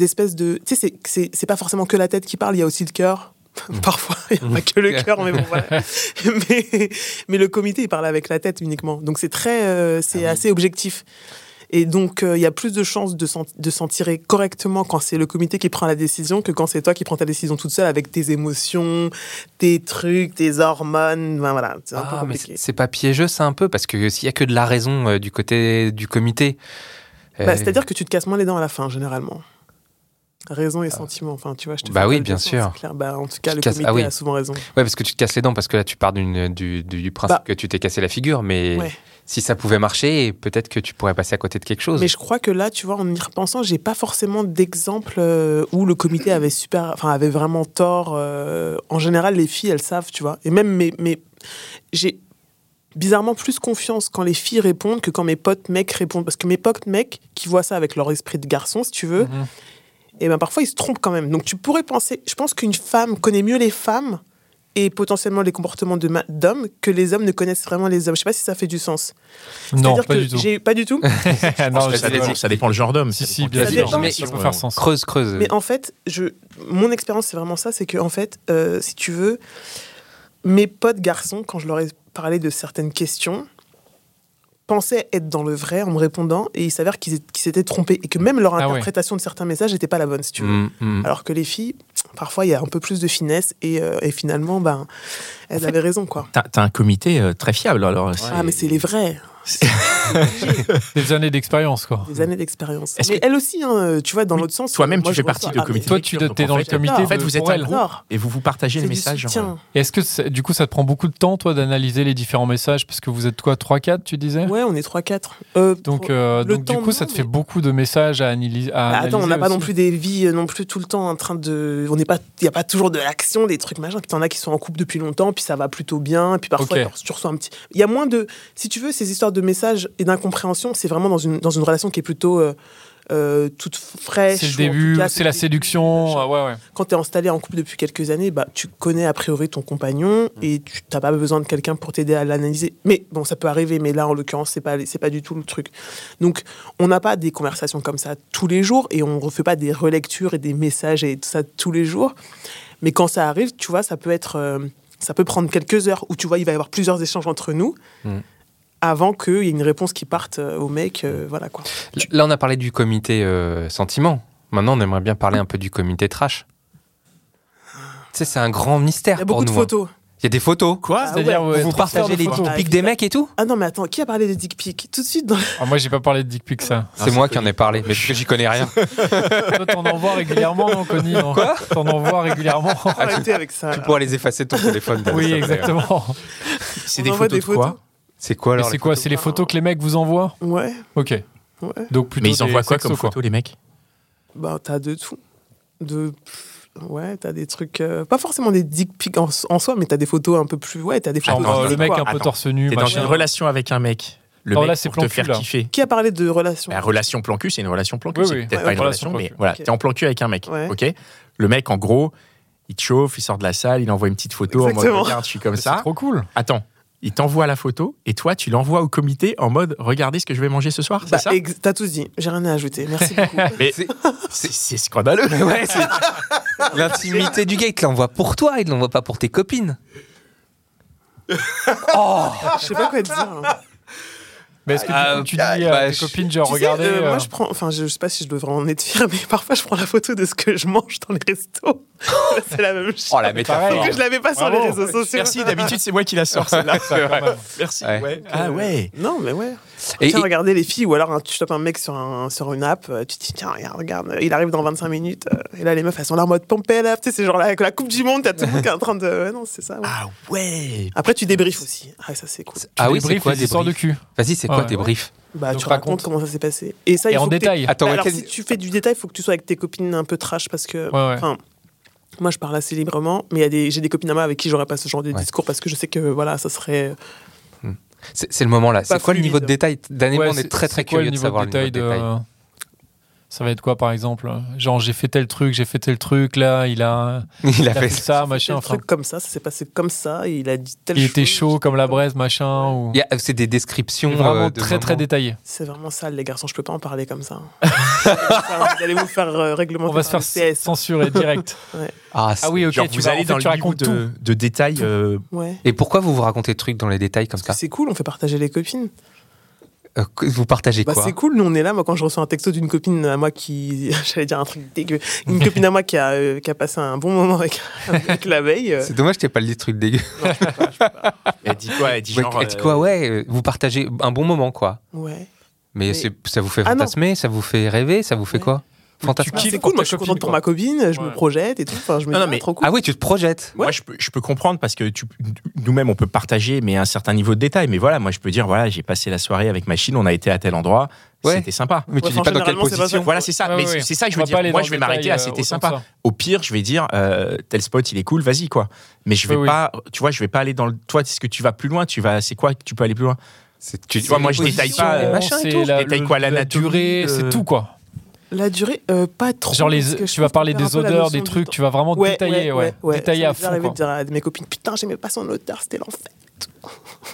[SPEAKER 5] espèces de. Tu sais, c'est- c'est- c'est pas forcément que la tête qui parle, il y a aussi le cœur. Parfois, il n'y a pas que le cœur, mais bon, voilà. mais, mais le comité, il parle avec la tête uniquement. Donc, c'est très. euh,
[SPEAKER 3] Ah
[SPEAKER 5] c'est assez objectif. Et donc, euh, il y a plus de chances de s'en de s'en tirer correctement quand c'est le comité qui prend la décision que quand c'est toi qui prends ta décision toute seule avec tes émotions, tes trucs, tes hormones. Ben voilà, c'est un peu
[SPEAKER 3] Ah, mais
[SPEAKER 5] compliqué.
[SPEAKER 3] c'est c'est pas piégeux, ça un peu, parce que s'il y a que de la raison euh, du côté du comité. euh,
[SPEAKER 5] Bah, C'est-à-dire que tu te casses moins les dents à la fin, généralement. Raison et sentiment. Enfin, tu vois, je te
[SPEAKER 3] Ah. Bah
[SPEAKER 5] fais
[SPEAKER 3] oui,
[SPEAKER 5] pas le
[SPEAKER 3] bien
[SPEAKER 5] dessin,
[SPEAKER 3] sûr.
[SPEAKER 5] c'est clair. Bah, en tout cas,
[SPEAKER 3] Tu
[SPEAKER 5] le
[SPEAKER 3] te casses-
[SPEAKER 5] comité
[SPEAKER 3] ah oui.
[SPEAKER 5] a souvent raison.
[SPEAKER 3] Ouais, parce que tu te casses les dents, parce que là, tu pars d'une- du, du- du principe
[SPEAKER 5] Bah.
[SPEAKER 3] que tu t'es cassé la figure, mais
[SPEAKER 5] Ouais.
[SPEAKER 3] si ça pouvait marcher, peut-être que tu pourrais passer à côté de quelque chose.
[SPEAKER 5] Mais je crois que là, tu vois, en y repensant, j'ai pas forcément d'exemple euh, où le comité avait super, enfin, avait vraiment tort. euh, en général, les filles, elles savent, tu vois. Et même mes, mes- j'ai bizarrement plus confiance quand les filles répondent que quand mes potes mecs répondent, parce que mes potes mecs qui voient ça avec leur esprit de garçon, si tu veux,
[SPEAKER 4] Mhm.
[SPEAKER 5] et ben parfois ils se trompent quand même. Donc tu pourrais penser, je pense qu'une femme connaît mieux les femmes et potentiellement les comportements de ma- d'hommes que les hommes ne connaissent vraiment les hommes. Je sais pas si ça fait du sens.
[SPEAKER 4] Non,
[SPEAKER 5] C'est-à-dire
[SPEAKER 4] pas
[SPEAKER 5] que
[SPEAKER 4] du tout.
[SPEAKER 5] j'ai pas du tout.
[SPEAKER 4] Non,
[SPEAKER 2] ça,
[SPEAKER 4] je sais
[SPEAKER 2] dépend,
[SPEAKER 4] pas.
[SPEAKER 2] ça dépend le genre d'homme.
[SPEAKER 4] Si,
[SPEAKER 2] ça
[SPEAKER 4] si,
[SPEAKER 2] dépend
[SPEAKER 4] bien
[SPEAKER 2] quel
[SPEAKER 5] sûr,
[SPEAKER 2] genre.
[SPEAKER 5] mais
[SPEAKER 4] ça
[SPEAKER 5] ils
[SPEAKER 4] peut
[SPEAKER 2] Ouais.
[SPEAKER 4] faire sens.
[SPEAKER 3] Creuse, creuse.
[SPEAKER 2] Euh.
[SPEAKER 5] Mais en fait, je, mon expérience, c'est vraiment ça, c'est que en fait, euh, si tu veux, mes potes garçons, quand je leur ai parlé de certaines questions, pensaient être dans le vrai en me répondant, et il s'avère qu'ils é- qu'ils s'étaient trompés, et que même leur
[SPEAKER 4] Ah ouais.
[SPEAKER 5] interprétation de certains messages n'était pas la bonne, si tu veux.
[SPEAKER 3] Mm, mm.
[SPEAKER 5] Alors que les filles, parfois, il y a un peu plus de finesse, et, euh, et finalement, ben, elles avaient raison, quoi.
[SPEAKER 2] T'as t'as un comité euh, très fiable, alors. c'est-
[SPEAKER 5] Ah, mais c'est les vrais,
[SPEAKER 4] Des années d'expérience, quoi.
[SPEAKER 5] des années d'expérience.
[SPEAKER 2] Mm. Est-ce
[SPEAKER 5] Mais elles aussi, hein, tu vois, dans l'autre sens.
[SPEAKER 2] Toi-même,
[SPEAKER 5] moi,
[SPEAKER 2] tu
[SPEAKER 5] je
[SPEAKER 2] fais
[SPEAKER 5] vois
[SPEAKER 2] partie
[SPEAKER 5] ça.
[SPEAKER 2] de
[SPEAKER 5] Ah, mais
[SPEAKER 2] comité.
[SPEAKER 4] Toi, tu
[SPEAKER 2] lecture,
[SPEAKER 4] dois- t'es
[SPEAKER 2] donc,
[SPEAKER 4] dans
[SPEAKER 2] en
[SPEAKER 4] le
[SPEAKER 2] fait,
[SPEAKER 4] comité.
[SPEAKER 5] en
[SPEAKER 2] fait,
[SPEAKER 4] de-
[SPEAKER 2] vous êtes
[SPEAKER 4] pour
[SPEAKER 2] un
[SPEAKER 4] elle.
[SPEAKER 2] groupe.
[SPEAKER 5] j'adore.
[SPEAKER 2] Et vous vous partagez
[SPEAKER 5] euh, C'est
[SPEAKER 2] les
[SPEAKER 5] du
[SPEAKER 2] messages. genre.
[SPEAKER 5] soutien.
[SPEAKER 4] Et est-ce que c'est- du coup ça te prend beaucoup de temps toi d'analyser les différents messages parce que vous êtes quoi 3 4 tu disais
[SPEAKER 5] Ouais, on est 3-4. Euh,
[SPEAKER 4] Donc, euh,
[SPEAKER 5] le
[SPEAKER 4] donc du
[SPEAKER 5] temps,
[SPEAKER 4] coup
[SPEAKER 5] non,
[SPEAKER 4] ça te
[SPEAKER 5] mais-
[SPEAKER 4] fait beaucoup de messages à, analyser. à
[SPEAKER 5] Bah, attends, on
[SPEAKER 4] analyser
[SPEAKER 5] n'a pas
[SPEAKER 4] aussi.
[SPEAKER 5] non plus des vies euh, non plus tout le temps en train de. On n'est pas. Il n'y a pas toujours de l'action, des trucs machin. Puis t'en as qui sont en couple depuis longtemps, puis ça va plutôt bien. Puis parfois,
[SPEAKER 4] Ok.
[SPEAKER 5] alors, tu reçois un petit. Il y a moins de. Si tu veux, ces histoires de messages et d'incompréhension, c'est vraiment dans une, dans une relation qui est plutôt. euh, euh, toute fraîche.
[SPEAKER 4] C'est le
[SPEAKER 5] ou en tout
[SPEAKER 4] début,
[SPEAKER 5] cas,
[SPEAKER 4] c'est la séduction. euh, Ouais, ouais.
[SPEAKER 5] Quand tu es installé en couple depuis quelques années, bah, tu connais a priori ton compagnon
[SPEAKER 3] Mm.
[SPEAKER 5] et tu n'as pas besoin de quelqu'un pour t'aider à l'analyser. Mais bon, ça peut arriver, mais là, en l'occurrence, c'est pas, c'est pas du tout le truc. Donc, on n'a pas des conversations comme ça tous les jours et on ne refait pas des relectures et des messages et tout ça tous les jours. Mais quand ça arrive, tu vois, ça peut être. euh, ça peut prendre quelques heures où tu vois, il va y avoir plusieurs échanges entre nous
[SPEAKER 3] Mm.
[SPEAKER 5] avant qu'il y ait une réponse qui parte euh, au mec. euh, voilà quoi.
[SPEAKER 3] Là, on a parlé du comité euh, sentiment. Maintenant, on aimerait bien parler un peu du comité trash. Tu sais, c'est un grand mystère
[SPEAKER 5] Il y a
[SPEAKER 3] pour
[SPEAKER 5] beaucoup
[SPEAKER 3] nous.
[SPEAKER 5] de
[SPEAKER 3] hein.
[SPEAKER 5] photos.
[SPEAKER 3] Il y a des photos.
[SPEAKER 4] Quoi
[SPEAKER 5] Ah
[SPEAKER 4] C'est-à-dire,
[SPEAKER 5] ouais.
[SPEAKER 4] ouais,
[SPEAKER 3] Vous
[SPEAKER 4] transfert
[SPEAKER 3] partagez
[SPEAKER 4] de
[SPEAKER 3] les
[SPEAKER 4] photos.
[SPEAKER 3] dick pics des mecs et tout
[SPEAKER 5] Ah non, mais attends, qui a parlé des dick pics Tout de suite, dans-
[SPEAKER 4] Ah, moi, j'ai pas parlé de dick pic, ça.
[SPEAKER 3] Ah, C'est moi qui en ai parlé, mais parce que j'y connais rien.
[SPEAKER 4] Toi, t'en envoies régulièrement, non, Connie non T'en envoies régulièrement.
[SPEAKER 5] arrêtez avec ça.
[SPEAKER 3] Ah, Tu
[SPEAKER 5] là.
[SPEAKER 3] pourras les effacer de ton téléphone. Dan,
[SPEAKER 4] oui,
[SPEAKER 3] ça,
[SPEAKER 4] exactement.
[SPEAKER 2] C'est
[SPEAKER 5] On
[SPEAKER 2] des
[SPEAKER 5] envoie
[SPEAKER 2] photos
[SPEAKER 5] des
[SPEAKER 2] de quoi
[SPEAKER 3] C'est quoi
[SPEAKER 4] Mais
[SPEAKER 3] alors
[SPEAKER 4] c'est
[SPEAKER 3] les
[SPEAKER 4] quoi
[SPEAKER 3] photos
[SPEAKER 4] C'est les photos que les mecs vous envoient
[SPEAKER 5] Ouais,
[SPEAKER 4] Ok.
[SPEAKER 5] ouais.
[SPEAKER 4] Donc plutôt
[SPEAKER 2] Mais ils
[SPEAKER 4] des
[SPEAKER 2] envoient quoi comme
[SPEAKER 4] sexos,
[SPEAKER 2] photo, les mecs
[SPEAKER 5] Bah, t'as de tout. De. pff, Ouais, t'as des trucs. euh, pas forcément des dick pics en, en soi, mais t'as des photos un peu plus. Ouais, t'as des
[SPEAKER 4] Genre
[SPEAKER 5] photos.
[SPEAKER 2] Attends,
[SPEAKER 4] euh,
[SPEAKER 5] de-
[SPEAKER 4] le mec
[SPEAKER 5] quoi.
[SPEAKER 4] un peu
[SPEAKER 2] Attends.
[SPEAKER 4] torse nu,
[SPEAKER 2] T'es dans
[SPEAKER 4] machin.
[SPEAKER 2] une relation avec un mec. Le
[SPEAKER 4] Alors
[SPEAKER 2] mec
[SPEAKER 4] là, c'est
[SPEAKER 2] pour te
[SPEAKER 4] plan cul,
[SPEAKER 2] faire
[SPEAKER 4] là.
[SPEAKER 2] kiffer.
[SPEAKER 5] Qui a parlé de relations
[SPEAKER 2] La relation plan cul, c'est une relation plan cul.
[SPEAKER 4] Oui,
[SPEAKER 2] c'est
[SPEAKER 4] oui.
[SPEAKER 2] peut-être
[SPEAKER 5] Ouais,
[SPEAKER 2] pas
[SPEAKER 5] ouais,
[SPEAKER 2] une
[SPEAKER 4] relation
[SPEAKER 2] relation,
[SPEAKER 4] plan
[SPEAKER 2] mais
[SPEAKER 4] cul.
[SPEAKER 2] voilà,
[SPEAKER 5] Ok.
[SPEAKER 2] t'es en plan cul avec un mec.
[SPEAKER 5] Ouais.
[SPEAKER 2] Ok. Le mec, en gros, il te chauffe, il sort de la salle, il envoie une petite photo en
[SPEAKER 5] Exactement.
[SPEAKER 2] mode regarde, je suis comme
[SPEAKER 4] C'est
[SPEAKER 2] ça.
[SPEAKER 4] trop cool.
[SPEAKER 2] Attends, il t'envoie la photo et toi, tu l'envoies au comité en mode regardez ce que je vais manger ce soir, c'est
[SPEAKER 5] Bah,
[SPEAKER 2] ça
[SPEAKER 5] ex- T'as tout dit, j'ai rien à ajouter. Merci beaucoup.
[SPEAKER 2] Mais
[SPEAKER 3] C'est-
[SPEAKER 2] c'est c'est scandaleux.
[SPEAKER 3] Mais ouais, c'est l'intimité du gars, il te l'envoie pour toi, il ne l'envoie pas pour tes copines. Oh
[SPEAKER 5] Je sais pas quoi te dire. hein.
[SPEAKER 4] Mais est-ce que tu-
[SPEAKER 3] Ah,
[SPEAKER 4] tu dis
[SPEAKER 3] bah,
[SPEAKER 4] à tes
[SPEAKER 3] je-
[SPEAKER 4] copines, genre,
[SPEAKER 5] Tu sais,
[SPEAKER 4] regardez.
[SPEAKER 5] euh,
[SPEAKER 4] euh,
[SPEAKER 5] moi je prends, enfin je, je sais pas si je devrais en être fier, mais parfois je prends la photo de ce que je mange dans les restos. c'est la même chose.
[SPEAKER 3] Oh la métaphore.
[SPEAKER 5] que je l'avais pas sur les
[SPEAKER 4] Bravo.
[SPEAKER 5] réseaux sociaux.
[SPEAKER 2] Merci, d'habitude, c'est moi qui la sors, celle-là.
[SPEAKER 4] quand même.
[SPEAKER 2] Merci.
[SPEAKER 3] Ouais.
[SPEAKER 2] ouais. Ah ouais.
[SPEAKER 5] Non mais ouais.
[SPEAKER 3] Et-
[SPEAKER 5] tiens,
[SPEAKER 3] et-
[SPEAKER 5] regardez les filles, ou alors hein, tu chopes un mec sur, un, sur une app, euh, tu te dis tiens regarde, regarde, euh, il arrive dans 25 minutes, euh, et là les meufs elles sont là en mode Pompée là, tu sais c'est genre là, avec la Coupe du Monde, t'as tout le monde qui est en train de, ouais, non c'est ça. ouais.
[SPEAKER 2] Ah ouais.
[SPEAKER 5] Après tu débriefes aussi, ah ça c'est cool.
[SPEAKER 3] Ah oui,
[SPEAKER 4] Des
[SPEAKER 3] c'est
[SPEAKER 4] briefs,
[SPEAKER 3] quoi
[SPEAKER 4] des
[SPEAKER 3] des
[SPEAKER 4] histoires de
[SPEAKER 3] briefs
[SPEAKER 4] cul.
[SPEAKER 3] Vas-y, c'est quoi
[SPEAKER 4] Ouais.
[SPEAKER 3] tes briefs
[SPEAKER 5] Bah
[SPEAKER 4] Donc,
[SPEAKER 5] tu racontes
[SPEAKER 4] raconte.
[SPEAKER 5] comment ça s'est passé. Et ça il
[SPEAKER 4] Et
[SPEAKER 5] faut
[SPEAKER 4] en
[SPEAKER 5] que t'aies- Bah,
[SPEAKER 4] détail.
[SPEAKER 3] Attends,
[SPEAKER 5] alors,
[SPEAKER 3] quel-
[SPEAKER 5] si tu fais du détail, il faut que tu sois avec tes copines un peu trash parce que.
[SPEAKER 4] Ouais, ouais.
[SPEAKER 5] enfin, Moi, je parle assez librement, mais il y a des- j'ai des copines à moi avec qui j'aurais pas ce genre de
[SPEAKER 3] Ouais.
[SPEAKER 5] discours parce que je sais que voilà, ça serait. euh,
[SPEAKER 3] c'est c'est le moment là. C'est quoi le
[SPEAKER 5] fluide.
[SPEAKER 3] niveau de détail Dernièrement,
[SPEAKER 4] Ouais,
[SPEAKER 3] on est
[SPEAKER 4] c'est-
[SPEAKER 3] très
[SPEAKER 4] c'est
[SPEAKER 3] très
[SPEAKER 4] quoi le
[SPEAKER 3] curieux de
[SPEAKER 4] niveau
[SPEAKER 3] savoir le niveau de détail.
[SPEAKER 4] de- euh, Ça va être quoi par exemple Genre j'ai fait tel truc, j'ai fait tel truc, là il a,
[SPEAKER 3] Il a
[SPEAKER 4] il a
[SPEAKER 3] fait
[SPEAKER 4] fait ça,
[SPEAKER 5] Machin,
[SPEAKER 4] Ah, machin.
[SPEAKER 5] un
[SPEAKER 4] enfin,
[SPEAKER 5] truc comme ça, ça s'est passé comme ça, et il a dit telle
[SPEAKER 4] il était
[SPEAKER 5] chose.
[SPEAKER 4] chaud comme la braise, machin. Ou...
[SPEAKER 3] Il y a- C'est des descriptions
[SPEAKER 4] C'est vraiment
[SPEAKER 3] euh, de
[SPEAKER 4] très très
[SPEAKER 3] moments.
[SPEAKER 4] détaillé.
[SPEAKER 5] C'est vraiment sale, les garçons, je peux pas en parler comme ça. hein. vous allez vous faire euh, réglementer.
[SPEAKER 4] On va se
[SPEAKER 5] par
[SPEAKER 4] faire
[SPEAKER 5] le CS.
[SPEAKER 4] censurer direct.
[SPEAKER 3] Ah, c'est-
[SPEAKER 4] Ah oui, ok,
[SPEAKER 2] Genre,
[SPEAKER 4] tu
[SPEAKER 2] vous
[SPEAKER 4] vas-
[SPEAKER 2] allez
[SPEAKER 4] en fait,
[SPEAKER 2] dans
[SPEAKER 4] tu
[SPEAKER 2] le niveau
[SPEAKER 4] racontes tout.
[SPEAKER 2] de, de détails. euh,
[SPEAKER 5] Ouais.
[SPEAKER 3] Et pourquoi vous vous racontez le truc dans les détails comme ça
[SPEAKER 5] C'est cool, on fait partager les copines.
[SPEAKER 3] Euh, que- Vous partagez
[SPEAKER 5] Bah,
[SPEAKER 3] quoi
[SPEAKER 5] c'est cool, nous on est là. Moi, quand je reçois un texto d'une copine à moi qui. J'allais dire un truc dégueu. Une copine à moi qui a, euh, qui a passé un bon moment avec, avec la veille. euh,
[SPEAKER 3] C'est dommage que t'aies pas le truc dégueu.
[SPEAKER 2] elle dit quoi Elle dit
[SPEAKER 3] Ouais,
[SPEAKER 2] genre.
[SPEAKER 3] elle dit
[SPEAKER 2] euh,
[SPEAKER 3] quoi Ouais, euh, vous partagez un bon moment quoi.
[SPEAKER 5] Ouais.
[SPEAKER 3] Mais,
[SPEAKER 5] Mais-
[SPEAKER 3] c'est- ça vous fait
[SPEAKER 5] Ah non.
[SPEAKER 3] fantasmer, ça vous fait rêver, ça vous fait
[SPEAKER 5] Ouais.
[SPEAKER 3] quoi Fantasmer.
[SPEAKER 5] Ah,
[SPEAKER 4] Qui
[SPEAKER 5] c'est
[SPEAKER 4] pour
[SPEAKER 5] cool,
[SPEAKER 4] ta
[SPEAKER 5] moi je suis
[SPEAKER 4] copine,
[SPEAKER 5] contente pour
[SPEAKER 4] quoi.
[SPEAKER 5] ma copine, je me
[SPEAKER 4] Ouais.
[SPEAKER 5] projette et tout. Enfin, je me
[SPEAKER 2] Non,
[SPEAKER 5] dis,
[SPEAKER 2] non,
[SPEAKER 5] ah,
[SPEAKER 2] mais-
[SPEAKER 5] trop cool.
[SPEAKER 3] Ah oui, tu te projettes.
[SPEAKER 2] Moi, je peux, je peux comprendre parce que tu- nous-mêmes, on peut partager, mais un certain niveau de détail. Mais voilà, moi, je peux dire, voilà, j'ai passé la soirée avec ma chine, on a été à tel endroit,
[SPEAKER 3] Ouais.
[SPEAKER 2] c'était sympa.
[SPEAKER 3] Mais
[SPEAKER 5] Ouais,
[SPEAKER 3] tu dis pas dans quelle
[SPEAKER 5] généralement, c'est pas ça.
[SPEAKER 3] position.
[SPEAKER 2] Voilà, c'est ça.
[SPEAKER 4] Ouais,
[SPEAKER 2] mais
[SPEAKER 4] ouais,
[SPEAKER 2] c'est-
[SPEAKER 4] ouais.
[SPEAKER 2] c'est ça que je
[SPEAKER 4] On
[SPEAKER 2] veux
[SPEAKER 4] va pas
[SPEAKER 2] dire.
[SPEAKER 4] aller
[SPEAKER 2] Moi,
[SPEAKER 4] dans
[SPEAKER 2] je
[SPEAKER 4] le
[SPEAKER 2] vais m'arrêter
[SPEAKER 4] détail,
[SPEAKER 2] à
[SPEAKER 4] euh,
[SPEAKER 2] c'était
[SPEAKER 4] autant
[SPEAKER 2] sympa.
[SPEAKER 4] que ça.
[SPEAKER 2] Au pire, je vais dire euh, tel spot, il est cool, vas-y quoi. Mais je vais
[SPEAKER 4] Oui, oui.
[SPEAKER 2] pas, tu vois, je vais pas aller dans le. Toi, est-ce que tu vas plus loin Tu vas, c'est quoi que tu peux aller plus loin
[SPEAKER 3] C'est-
[SPEAKER 2] Tu vois, moi, je
[SPEAKER 3] les
[SPEAKER 2] détaille
[SPEAKER 3] positions,
[SPEAKER 2] pas.
[SPEAKER 3] les
[SPEAKER 2] euh,
[SPEAKER 3] machins et
[SPEAKER 4] C'est
[SPEAKER 3] tout.
[SPEAKER 4] la,
[SPEAKER 2] Détaille
[SPEAKER 4] le-
[SPEAKER 2] quoi, la nature,
[SPEAKER 4] durée,
[SPEAKER 2] euh,
[SPEAKER 4] c'est tout quoi.
[SPEAKER 5] La durée, euh, pas trop.
[SPEAKER 4] Genre
[SPEAKER 5] parce
[SPEAKER 4] les,
[SPEAKER 5] que je
[SPEAKER 4] tu vas
[SPEAKER 5] trouve
[SPEAKER 4] parler
[SPEAKER 5] qu'on perd
[SPEAKER 4] des
[SPEAKER 5] un peu la
[SPEAKER 4] odeurs,
[SPEAKER 5] notion
[SPEAKER 4] des
[SPEAKER 5] du
[SPEAKER 4] trucs,
[SPEAKER 5] temps.
[SPEAKER 4] tu vas vraiment
[SPEAKER 5] Ouais,
[SPEAKER 4] détailler, ouais, détailler à
[SPEAKER 5] Ça m'est déjà
[SPEAKER 4] fond.
[SPEAKER 5] arrivé de
[SPEAKER 4] quoi.
[SPEAKER 5] dire à mes copines, putain, j'aimais pas son odeur, c'était l'enfer.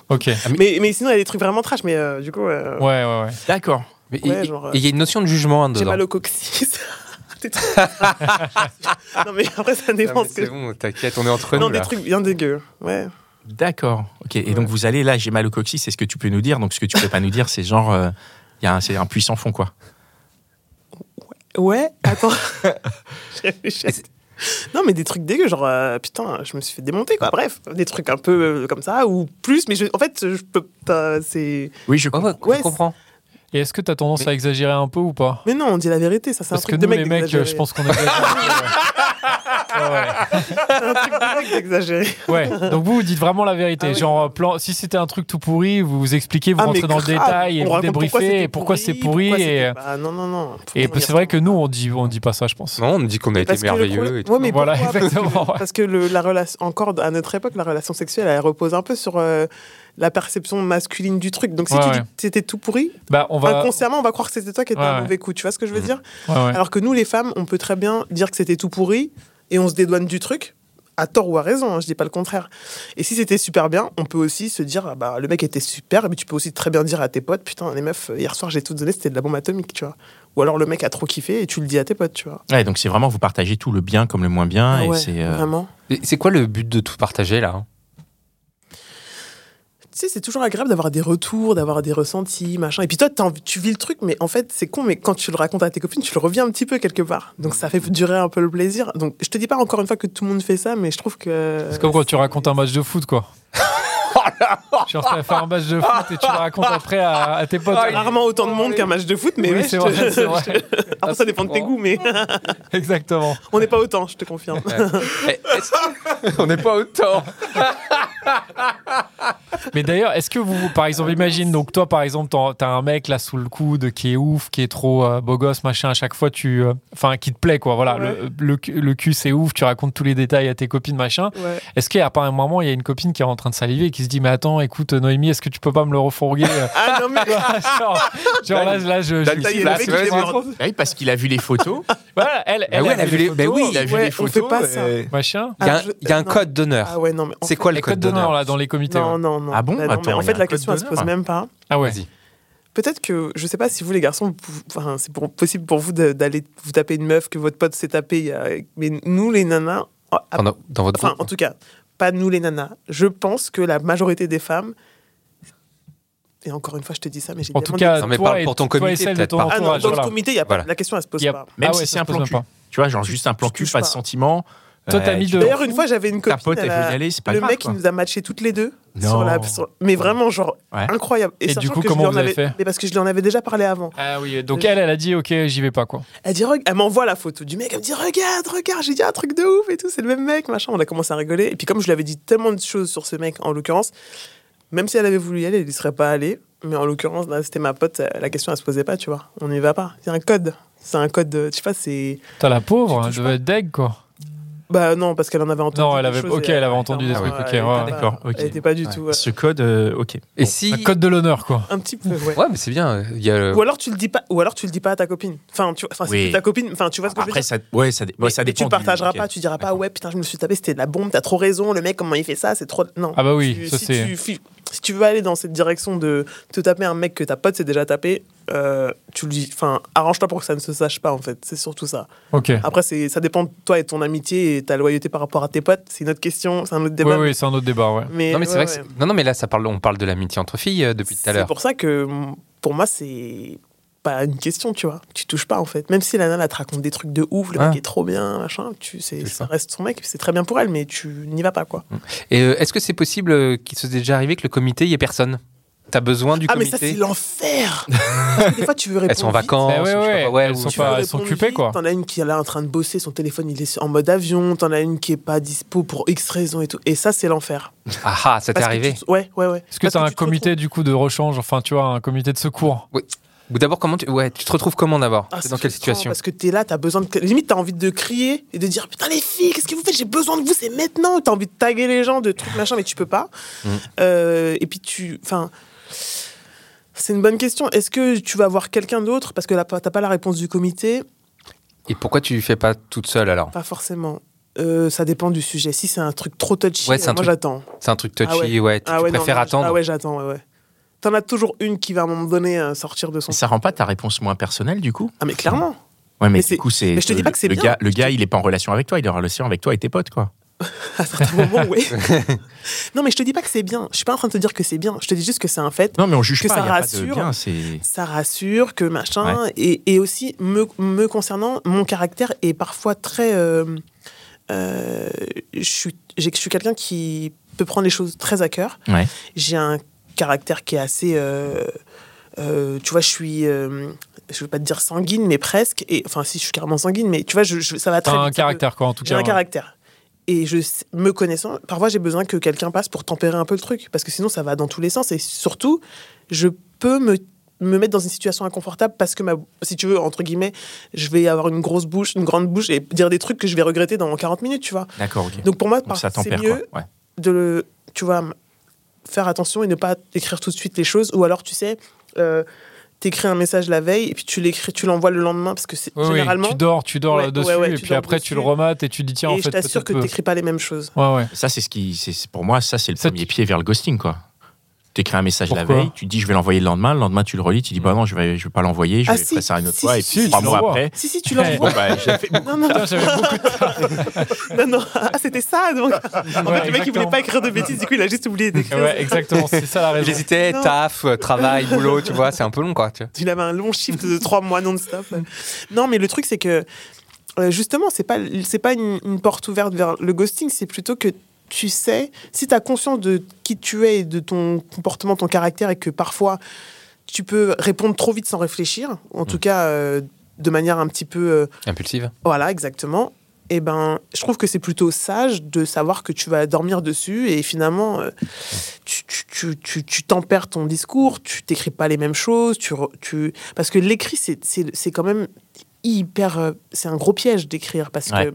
[SPEAKER 4] Ok. Ouais,
[SPEAKER 5] Mais, mais sinon, il y a des trucs vraiment trash, mais euh, du coup, euh,
[SPEAKER 4] ouais, ouais.
[SPEAKER 2] D'accord.
[SPEAKER 3] Mais
[SPEAKER 5] Ouais,
[SPEAKER 3] il-
[SPEAKER 5] genre, euh,
[SPEAKER 3] Il y a une notion de jugement hein,
[SPEAKER 5] j'ai
[SPEAKER 3] dedans.
[SPEAKER 5] mal au coccyx. Des trucs- non, mais après, ça
[SPEAKER 3] Non,
[SPEAKER 5] dépend.
[SPEAKER 3] mais
[SPEAKER 5] ce
[SPEAKER 3] C'est
[SPEAKER 5] que...
[SPEAKER 3] bon, t'inquiète, on est entre
[SPEAKER 5] Non,
[SPEAKER 3] nous
[SPEAKER 5] des
[SPEAKER 3] là.
[SPEAKER 5] trucs bien dégueux. Ouais.
[SPEAKER 2] D'accord. Ok. Et donc vous allez là, j'ai mal au coccyx. C'est ce que tu peux nous dire. Donc ce que tu peux pas nous dire, c'est genre, euh, il y a un, c'est un puissant fond quoi.
[SPEAKER 5] Ouais, attends. J'ai réfléchi à- non, mais des trucs dégueux, genre euh, putain, je me suis fait démonter, quoi. Bref, des trucs un peu euh, comme ça, ou plus, mais je- en fait, je peux pas. C'est.
[SPEAKER 2] Oui, je
[SPEAKER 4] Oh,
[SPEAKER 3] Ouais, ouais,
[SPEAKER 5] Ouais,
[SPEAKER 3] je comprends.
[SPEAKER 4] Et est-ce que t'as tendance à exagérer un peu ou pas
[SPEAKER 5] Mais non, on dit la vérité, ça, c'est un
[SPEAKER 4] Parce que
[SPEAKER 5] truc
[SPEAKER 4] nous,
[SPEAKER 5] de mec.
[SPEAKER 4] les mecs,
[SPEAKER 5] d'exagérer.
[SPEAKER 4] je pense qu'on exagère.
[SPEAKER 5] un truc direct exagéré.
[SPEAKER 4] Ouais, donc vous, vous dites vraiment la vérité.
[SPEAKER 5] Ah oui.
[SPEAKER 4] Genre, plan, si c'était un truc tout pourri, vous vous expliquez, vous
[SPEAKER 5] Ah, mais
[SPEAKER 4] rentrez dans le
[SPEAKER 5] grave,
[SPEAKER 4] détail et
[SPEAKER 5] on
[SPEAKER 4] vous
[SPEAKER 5] raconte pourquoi
[SPEAKER 4] débriefez
[SPEAKER 5] c'était
[SPEAKER 4] et pourquoi c'est pourri.
[SPEAKER 5] pourquoi
[SPEAKER 4] et euh,
[SPEAKER 5] c'était- Bah, non, non, non. Faut
[SPEAKER 4] et
[SPEAKER 5] pas
[SPEAKER 4] c'est
[SPEAKER 5] dire
[SPEAKER 4] vrai
[SPEAKER 5] ça.
[SPEAKER 4] que nous, on dit, on dit pas ça, je pense.
[SPEAKER 3] Non, on dit qu'on a été
[SPEAKER 5] Parce que le
[SPEAKER 3] merveilleux.
[SPEAKER 5] problème-
[SPEAKER 3] et tout.
[SPEAKER 5] Ouais, mais
[SPEAKER 4] Voilà,
[SPEAKER 5] pourquoi Parce que-
[SPEAKER 4] exactement, ouais.
[SPEAKER 5] Parce que le- la relation, encore à notre époque, la relation sexuelle, elle repose un peu sur euh, la perception masculine du truc. Donc si
[SPEAKER 4] Ouais,
[SPEAKER 5] tu
[SPEAKER 4] ouais.
[SPEAKER 5] dis que c'était tout pourri,
[SPEAKER 4] Bah, on va.
[SPEAKER 5] inconsciemment, on va croire que c'était toi qui étais
[SPEAKER 4] Ouais,
[SPEAKER 5] un
[SPEAKER 4] ouais. Mmh.
[SPEAKER 5] mauvais coup. Tu vois ce que je veux
[SPEAKER 3] Mhm.
[SPEAKER 5] dire
[SPEAKER 4] Ouais, ouais.
[SPEAKER 5] Alors que nous, les femmes, on peut très bien dire que c'était tout pourri et on se dédouane du truc. À tort ou à raison, hein, je dis pas le contraire. Et si c'était super bien, on peut aussi se dire, ah bah, le mec était super, mais tu peux aussi très bien dire à tes potes, putain, les meufs, hier soir j'ai tout donné, c'était de la bombe atomique, tu vois. Ou alors le mec a trop kiffé et tu le dis à tes potes, tu vois.
[SPEAKER 2] Ouais, donc c'est vraiment vous partagez tout le bien comme le moins bien.
[SPEAKER 5] Ah
[SPEAKER 2] et
[SPEAKER 5] ouais,
[SPEAKER 2] c'est, euh,
[SPEAKER 5] Vraiment.
[SPEAKER 3] Et C'est quoi le but de tout partager là hein
[SPEAKER 5] tu sais, c'est toujours agréable d'avoir des retours, d'avoir des ressentis, machin. Et puis toi, t'as envie- tu vis le truc, mais en fait, c'est con, mais quand tu le racontes à tes copines, tu le reviens un petit peu quelque part. Donc ça fait durer un peu le plaisir. Donc je te dis pas encore une fois que tout le monde fait ça, mais je trouve que.
[SPEAKER 4] C'est comme quand tu racontes un match de foot, quoi.
[SPEAKER 5] Oh
[SPEAKER 4] Genre, t'as fait un match de foot et tu le racontes après à, à tes potes.
[SPEAKER 5] T'as Rarement autant de monde qu'un match de foot, mais
[SPEAKER 4] oui,
[SPEAKER 5] ouais,
[SPEAKER 4] c'est
[SPEAKER 5] je te-
[SPEAKER 4] vrai, c'est vrai.
[SPEAKER 5] Après, ça dépend de tes goûts, mais
[SPEAKER 4] Exactement.
[SPEAKER 5] on n'est pas autant, je te confirme.
[SPEAKER 3] Eh, On n'est pas autant.
[SPEAKER 4] Mais d'ailleurs, est-ce que vous, par exemple, imagine, donc toi, par exemple, t'en- t'as un mec là sous le coude qui est ouf, qui est trop euh, beau gosse, machin, à chaque fois, tu. euh, Enfin, qui te plaît, quoi, voilà.
[SPEAKER 5] Ouais.
[SPEAKER 4] Le, le, cu- le cul, c'est ouf, tu racontes tous les détails à tes copines, machin.
[SPEAKER 5] Ouais.
[SPEAKER 4] Est-ce qu'à part un moment, il y a une copine qui est en train de saliver et qui se dit, mais attends, écoute, Noémie, est-ce que tu peux pas me le refourguer euh,
[SPEAKER 5] Ah non, mais.
[SPEAKER 4] genre, genre là, là, je. je-
[SPEAKER 3] Là,
[SPEAKER 5] T'as- il y a
[SPEAKER 3] Place,
[SPEAKER 5] le mec qui
[SPEAKER 3] ouais,
[SPEAKER 5] fait
[SPEAKER 3] c'est
[SPEAKER 5] des-
[SPEAKER 2] Ah Oui, parce qu'il a vu les photos.
[SPEAKER 4] Voilà, elle, elle,
[SPEAKER 3] ouais,
[SPEAKER 4] a vu les photos,
[SPEAKER 3] ben oui, il a vu
[SPEAKER 5] Ouais,
[SPEAKER 3] les
[SPEAKER 5] on
[SPEAKER 3] photos.
[SPEAKER 5] fait pas ça.
[SPEAKER 3] euh,
[SPEAKER 4] machin.
[SPEAKER 3] Il y a un,
[SPEAKER 5] Ah, je-
[SPEAKER 3] il y a un
[SPEAKER 5] non.
[SPEAKER 3] code d'honneur.
[SPEAKER 5] Ah ouais, non, mais. en
[SPEAKER 3] C'est
[SPEAKER 5] fait-
[SPEAKER 3] quoi le
[SPEAKER 4] Les
[SPEAKER 3] code
[SPEAKER 4] codes d'honneur,
[SPEAKER 3] d'honneur
[SPEAKER 4] là, dans les comités.
[SPEAKER 5] Non,
[SPEAKER 4] ouais.
[SPEAKER 5] non, non.
[SPEAKER 2] Ah bon
[SPEAKER 5] Bah non, mais
[SPEAKER 2] Attends,
[SPEAKER 5] en
[SPEAKER 2] il y
[SPEAKER 5] fait,
[SPEAKER 2] a un
[SPEAKER 5] la
[SPEAKER 2] code
[SPEAKER 5] question, elle se pose
[SPEAKER 2] d'honneur.
[SPEAKER 5] même pas.
[SPEAKER 4] Ah ouais.
[SPEAKER 3] Vas-y.
[SPEAKER 5] Peut-être que, je sais pas si vous, les garçons, vous pouvez- enfin, c'est pour- possible pour vous de- d'aller vous taper une meuf que votre pote s'est tapé. il y a- Mais nous, les nanas, oh, à-
[SPEAKER 3] Dans, dans votre
[SPEAKER 5] enfin,
[SPEAKER 3] groupe.
[SPEAKER 5] en tout cas, pas nous, les nanas. Je pense que la majorité des femmes, et encore une fois, je te dis ça, mais j'ai
[SPEAKER 4] En
[SPEAKER 5] tellement
[SPEAKER 4] tout
[SPEAKER 5] de-
[SPEAKER 4] cas,
[SPEAKER 3] Non, mais
[SPEAKER 4] toi
[SPEAKER 3] parle
[SPEAKER 4] et-
[SPEAKER 3] pour ton
[SPEAKER 4] toi et
[SPEAKER 3] comité,
[SPEAKER 4] celle de
[SPEAKER 3] peut-être
[SPEAKER 4] ton
[SPEAKER 3] pas.
[SPEAKER 5] ah non,
[SPEAKER 4] entourage,
[SPEAKER 5] dans
[SPEAKER 4] voilà.
[SPEAKER 5] le comité, y a pas-
[SPEAKER 3] Voilà.
[SPEAKER 5] la question, elle se pose
[SPEAKER 4] Y a-
[SPEAKER 5] pas.
[SPEAKER 2] Même
[SPEAKER 4] Ah ouais,
[SPEAKER 2] si
[SPEAKER 4] ça
[SPEAKER 2] c'est un
[SPEAKER 4] se pose
[SPEAKER 2] plan
[SPEAKER 4] même
[SPEAKER 2] cul.
[SPEAKER 4] pas.
[SPEAKER 2] Tu vois, genre juste un plan
[SPEAKER 5] Tu
[SPEAKER 2] cul,
[SPEAKER 5] touches
[SPEAKER 2] pas de
[SPEAKER 5] pas.
[SPEAKER 2] sentiment. Euh,
[SPEAKER 4] Toi, t'as mis
[SPEAKER 2] tu-
[SPEAKER 4] de-
[SPEAKER 5] D'ailleurs, une fois, j'avais une
[SPEAKER 2] Ta
[SPEAKER 5] copine.
[SPEAKER 2] pote, elle
[SPEAKER 5] elle a-
[SPEAKER 2] veut y aller, c'est pas
[SPEAKER 5] le
[SPEAKER 2] grave.
[SPEAKER 5] mec,
[SPEAKER 2] quoi.
[SPEAKER 5] il nous a matchés toutes les deux.
[SPEAKER 2] Non.
[SPEAKER 5] Sur la, sur- mais vraiment, genre,
[SPEAKER 2] Ouais.
[SPEAKER 5] incroyable.
[SPEAKER 4] Et du
[SPEAKER 5] sachant
[SPEAKER 4] coup,
[SPEAKER 5] que je
[SPEAKER 4] comment
[SPEAKER 5] lui en
[SPEAKER 4] vous avez
[SPEAKER 5] avais-
[SPEAKER 4] fait
[SPEAKER 5] Mais parce que je lui en avais déjà parlé avant.
[SPEAKER 4] Ah oui, donc elle, elle a dit, ok, j'y vais pas, quoi.
[SPEAKER 5] Elle dit, Reg- elle m'envoie la photo du mec, elle me dit, regarde, regarde, j'ai dit un truc de ouf et tout, c'est le même mec, machin. On a commencé à rigoler. Et puis, comme je lui avais dit tellement de choses sur ce mec, en l'occurrence, même si elle avait voulu y aller, elle n'y serait pas allée. Mais en l'occurrence, là, c'était ma pote, euh, la question, elle se posait pas, tu vois. On n'y va pas. C'est un code. C'est un code, de- je sais pas, c'est.
[SPEAKER 4] T'as la pauvre,
[SPEAKER 5] Tu
[SPEAKER 4] elle
[SPEAKER 5] touches
[SPEAKER 4] devait être deg, quoi.
[SPEAKER 5] Bah non, parce qu'elle en avait entendu.
[SPEAKER 4] Non, elle
[SPEAKER 5] quelque
[SPEAKER 4] avait-
[SPEAKER 5] chose
[SPEAKER 4] ok,
[SPEAKER 5] et,
[SPEAKER 4] elle avait
[SPEAKER 5] euh,
[SPEAKER 4] entendu des
[SPEAKER 5] clairement,
[SPEAKER 4] trucs, ok,
[SPEAKER 5] elle était
[SPEAKER 4] ouais.
[SPEAKER 5] pas-
[SPEAKER 2] D'accord, ok.
[SPEAKER 5] Elle n'était pas du
[SPEAKER 3] Ouais.
[SPEAKER 5] tout. euh,
[SPEAKER 2] Ce code, euh, ok.
[SPEAKER 3] Et
[SPEAKER 2] Bon.
[SPEAKER 3] si.
[SPEAKER 4] Un code de l'honneur, quoi.
[SPEAKER 5] Un petit peu, ouais.
[SPEAKER 3] Ouais, mais c'est bien. Il y a le-
[SPEAKER 5] Ou alors tu le dis pas, ou alors tu le dis pas à ta copine. Enfin, tu, vois- enfin, si
[SPEAKER 2] Oui.
[SPEAKER 5] c'est ta copine, enfin, tu vois ce que je veux
[SPEAKER 2] Après,
[SPEAKER 5] dire.
[SPEAKER 2] ça, ouais, ça, dé- ouais,
[SPEAKER 5] Mais-
[SPEAKER 2] ça
[SPEAKER 5] mais
[SPEAKER 2] dépend.
[SPEAKER 5] tu partageras
[SPEAKER 2] du- ok.
[SPEAKER 5] pas, tu diras pas
[SPEAKER 2] D'accord.
[SPEAKER 5] ouais putain je me suis tapé c'était de la bombe, t'as trop raison, le mec comment il fait ça, c'est trop non.
[SPEAKER 4] Ah bah oui,
[SPEAKER 5] Tu-
[SPEAKER 4] ça
[SPEAKER 5] si
[SPEAKER 4] c'est-
[SPEAKER 5] tu, fi- si tu veux aller dans cette direction de te taper un mec que ta pote s'est déjà tapé, euh, tu lui enfin arrange-toi pour que ça ne se sache pas en fait, c'est surtout ça.
[SPEAKER 4] Ok.
[SPEAKER 5] Après c'est ça dépend de toi et de ton amitié et ta loyauté par rapport à tes potes, c'est une autre question, c'est un autre
[SPEAKER 4] Oui,
[SPEAKER 5] débat.
[SPEAKER 4] oui, c'est un autre débat, ouais.
[SPEAKER 5] Mais,
[SPEAKER 3] Non, mais c'est
[SPEAKER 5] ouais,
[SPEAKER 3] vrai que
[SPEAKER 5] ouais.
[SPEAKER 3] c'est- non, non, mais là, ça parle... on parle de l'amitié entre filles euh, depuis tout à
[SPEAKER 5] C'est
[SPEAKER 3] l'heure.
[SPEAKER 5] pour ça que mm, pour moi, c'est pas une question, tu vois. Tu touches pas en fait. Même si la nana elle te raconte des trucs de ouf, le
[SPEAKER 3] Ah.
[SPEAKER 5] mec est trop bien, machin, tu sais,
[SPEAKER 3] Touche
[SPEAKER 5] ça
[SPEAKER 3] pas.
[SPEAKER 5] reste son mec, c'est très bien pour elle, mais tu n'y vas pas quoi.
[SPEAKER 3] Et euh, est-ce que c'est possible euh, qu'il se soit déjà arrivé que le comité, il n'y ait personne T'as besoin du
[SPEAKER 5] ah, mais
[SPEAKER 3] comité
[SPEAKER 5] ça, c'est l'enfer Parce que Des fois, tu veux répondre.
[SPEAKER 3] Elles sont en
[SPEAKER 5] vite,
[SPEAKER 3] vacances.
[SPEAKER 4] Eh ouais,
[SPEAKER 3] je sais
[SPEAKER 4] ouais,
[SPEAKER 3] pas, ouais,
[SPEAKER 4] elles
[SPEAKER 3] ou-
[SPEAKER 4] sont
[SPEAKER 5] tu
[SPEAKER 4] pas-
[SPEAKER 5] veux
[SPEAKER 4] elles sont
[SPEAKER 5] répondre
[SPEAKER 4] occupées,
[SPEAKER 5] vite,
[SPEAKER 4] quoi.
[SPEAKER 5] T'en as une qui est là en train de bosser, son téléphone il est en mode avion, t'en as une qui est pas dispo pour X raison et tout. Et ça, c'est l'enfer.
[SPEAKER 3] Ah ah, ça t'est
[SPEAKER 5] Parce que
[SPEAKER 3] arrivé.
[SPEAKER 5] tu te- Ouais, ouais, ouais.
[SPEAKER 4] Est-ce que
[SPEAKER 5] Parce
[SPEAKER 4] t'as un
[SPEAKER 5] tu te retrouves-
[SPEAKER 4] comité, du coup, de rechange, enfin, tu vois, un comité de secours
[SPEAKER 3] Ou d'abord, comment tu... Ouais, tu te retrouves comment d'abord
[SPEAKER 5] Ah,
[SPEAKER 3] C'est
[SPEAKER 5] c'est
[SPEAKER 3] Dans quelle
[SPEAKER 5] frustrant,
[SPEAKER 3] situation
[SPEAKER 5] Parce que t'es là, t'as besoin de. Limite, t'as envie de crier et de dire Putain, les filles, qu'est-ce que vous faites J'ai besoin de vous, c'est maintenant. T'as envie de taguer les gens, de trucs machin, mais tu peux pas.
[SPEAKER 3] Mm.
[SPEAKER 5] Euh, et puis tu. Enfin. C'est une bonne question. Est-ce que tu vas voir quelqu'un d'autre Parce que là, t'as pas la réponse du comité.
[SPEAKER 3] Et pourquoi tu fais pas toute seule alors
[SPEAKER 5] Pas forcément. Euh, ça dépend du sujet. Si c'est un truc trop touchy,
[SPEAKER 3] Ouais, c'est un
[SPEAKER 5] moi
[SPEAKER 3] truc
[SPEAKER 5] j'attends.
[SPEAKER 3] C'est un truc touchy,
[SPEAKER 5] Ah
[SPEAKER 3] ouais.
[SPEAKER 5] ouais.
[SPEAKER 3] tu- tu
[SPEAKER 5] non,
[SPEAKER 3] préfères
[SPEAKER 5] non,
[SPEAKER 3] attendre.
[SPEAKER 5] Ah ouais, j'attends, ouais, ouais. T'en as toujours une qui va à un moment donné euh, sortir de son.
[SPEAKER 2] Mais Ça rend pas ta réponse moins personnelle, du coup
[SPEAKER 5] Ah, mais clairement
[SPEAKER 2] Ouais, mais,
[SPEAKER 5] Mais
[SPEAKER 2] du
[SPEAKER 5] c'est-
[SPEAKER 2] coup, c'est.
[SPEAKER 5] mais je te dis pas que c'est
[SPEAKER 2] le
[SPEAKER 5] bien.
[SPEAKER 2] Gars, le gars, il est pas en relation avec toi, il est en relation avec toi et tes potes, quoi.
[SPEAKER 5] à certains moments, oui. non, mais je te dis pas que c'est bien. Je suis pas en train de te dire que c'est bien. Je te dis juste que c'est un fait.
[SPEAKER 2] Non, mais on juge
[SPEAKER 5] Que
[SPEAKER 2] pas,
[SPEAKER 5] ça
[SPEAKER 2] il y a pas de
[SPEAKER 5] rassure.
[SPEAKER 2] bien, c'est.
[SPEAKER 5] Ça rassure, que machin. Et, et aussi, me, me concernant, mon caractère est parfois très. euh, euh, je suis, j'ai- je suis quelqu'un qui peut prendre les choses très à cœur.
[SPEAKER 2] Ouais.
[SPEAKER 5] J'ai un caractère qui est assez. euh, euh, tu vois, je suis, euh, je veux pas te dire sanguine, mais presque. Et enfin, si je suis carrément sanguine, mais tu vois, je, je- ça va
[SPEAKER 4] T'as
[SPEAKER 5] très
[SPEAKER 4] un
[SPEAKER 5] vite, ça peut-
[SPEAKER 4] caractère, quoi, en tout
[SPEAKER 5] J'ai
[SPEAKER 4] cas.
[SPEAKER 5] un
[SPEAKER 4] ouais.
[SPEAKER 5] caractère. Et je sais- me connaissant, parfois j'ai besoin que quelqu'un passe pour tempérer un peu le truc, parce que sinon ça va dans tous les sens. Et surtout, je peux me, me mettre dans une situation inconfortable parce que, ma, si tu veux, entre guillemets, je vais avoir une grosse bouche, une grande bouche et dire des trucs que je vais regretter dans 40 minutes, tu vois.
[SPEAKER 2] D'accord, ok.
[SPEAKER 5] Donc pour moi,
[SPEAKER 2] Donc
[SPEAKER 5] par-
[SPEAKER 2] ça
[SPEAKER 5] c'est
[SPEAKER 2] tempère,
[SPEAKER 5] mieux
[SPEAKER 2] quoi. Ouais.
[SPEAKER 5] de le, tu vois, m- faire attention et ne pas écrire tout de suite les choses. Ou alors, tu sais, euh, t'écris un message la veille et puis tu l'écris, tu l'envoies le lendemain parce que c'est
[SPEAKER 4] Oui, oui,
[SPEAKER 5] généralement.
[SPEAKER 4] tu dors, tu dors
[SPEAKER 5] Ouais,
[SPEAKER 4] là dessus,
[SPEAKER 5] ouais, ouais,
[SPEAKER 4] et
[SPEAKER 5] tu
[SPEAKER 4] puis
[SPEAKER 5] dors
[SPEAKER 4] après tu le
[SPEAKER 5] dessus.
[SPEAKER 4] remates et tu dis tiens, en fait,
[SPEAKER 5] et je
[SPEAKER 4] peut-être
[SPEAKER 5] t'assure que
[SPEAKER 4] que-
[SPEAKER 5] t'écris pas les mêmes choses.
[SPEAKER 4] Ouais, ouais.
[SPEAKER 2] Ça, c'est ce qui. c'est- c'est- pour moi, ça, c'est le
[SPEAKER 4] Ça,
[SPEAKER 2] premier pied vers le ghosting, quoi. Tu écris un message la
[SPEAKER 4] Pourquoi Mm.
[SPEAKER 2] veille, tu dis je vais l'envoyer le lendemain, le lendemain tu le relis, tu dis bah non, je vais, je vais pas l'envoyer, je
[SPEAKER 5] Ah,
[SPEAKER 2] vais
[SPEAKER 5] si,
[SPEAKER 2] faire ça une autre
[SPEAKER 5] si,
[SPEAKER 2] fois,
[SPEAKER 5] si,
[SPEAKER 2] et puis
[SPEAKER 4] si,
[SPEAKER 2] trois
[SPEAKER 4] tu
[SPEAKER 2] mois
[SPEAKER 4] l'envoies.
[SPEAKER 2] après.
[SPEAKER 5] Si, si, tu
[SPEAKER 4] Eh,
[SPEAKER 5] l'envoies.
[SPEAKER 2] Bon, bah, j'ai fait-
[SPEAKER 5] Non, non,
[SPEAKER 4] Putain, j'avais beaucoup
[SPEAKER 5] non, non. Ah, c'était ça. Donc.
[SPEAKER 4] de...
[SPEAKER 5] En fait, le mec, il voulait
[SPEAKER 4] exactement.
[SPEAKER 5] pas écrire de bêtises, du coup, il a juste oublié d'écrire.
[SPEAKER 4] Ouais, exactement, c'est ça la raison.
[SPEAKER 3] J'hésitais,
[SPEAKER 5] Non.
[SPEAKER 3] taf, euh, travail, boulot, tu vois, c'est un peu long quoi. tu vois.
[SPEAKER 5] Il avait un long shift de trois mois non-stop. Non, mais le truc, c'est que euh, justement, c'est pas, c'est pas une, une porte ouverte vers le ghosting, c'est plutôt que tu sais, si tu as conscience de qui tu es, et de ton comportement, ton caractère, et que parfois tu peux répondre trop vite sans réfléchir, ou
[SPEAKER 4] Mm.
[SPEAKER 5] en tout cas euh, de manière un petit peu. euh,
[SPEAKER 3] Impulsive.
[SPEAKER 5] voilà, exactement. Et ben, je trouve que c'est plutôt sage de savoir que tu vas dormir dessus et finalement, euh, tu, tu, tu, tu, tu tempères ton discours, tu t'écris pas les mêmes choses, tu, re- tu... parce que l'écrit, c'est- c'est c'est quand même hyper... euh, C'est un gros piège d'écrire parce
[SPEAKER 2] Ouais.
[SPEAKER 5] que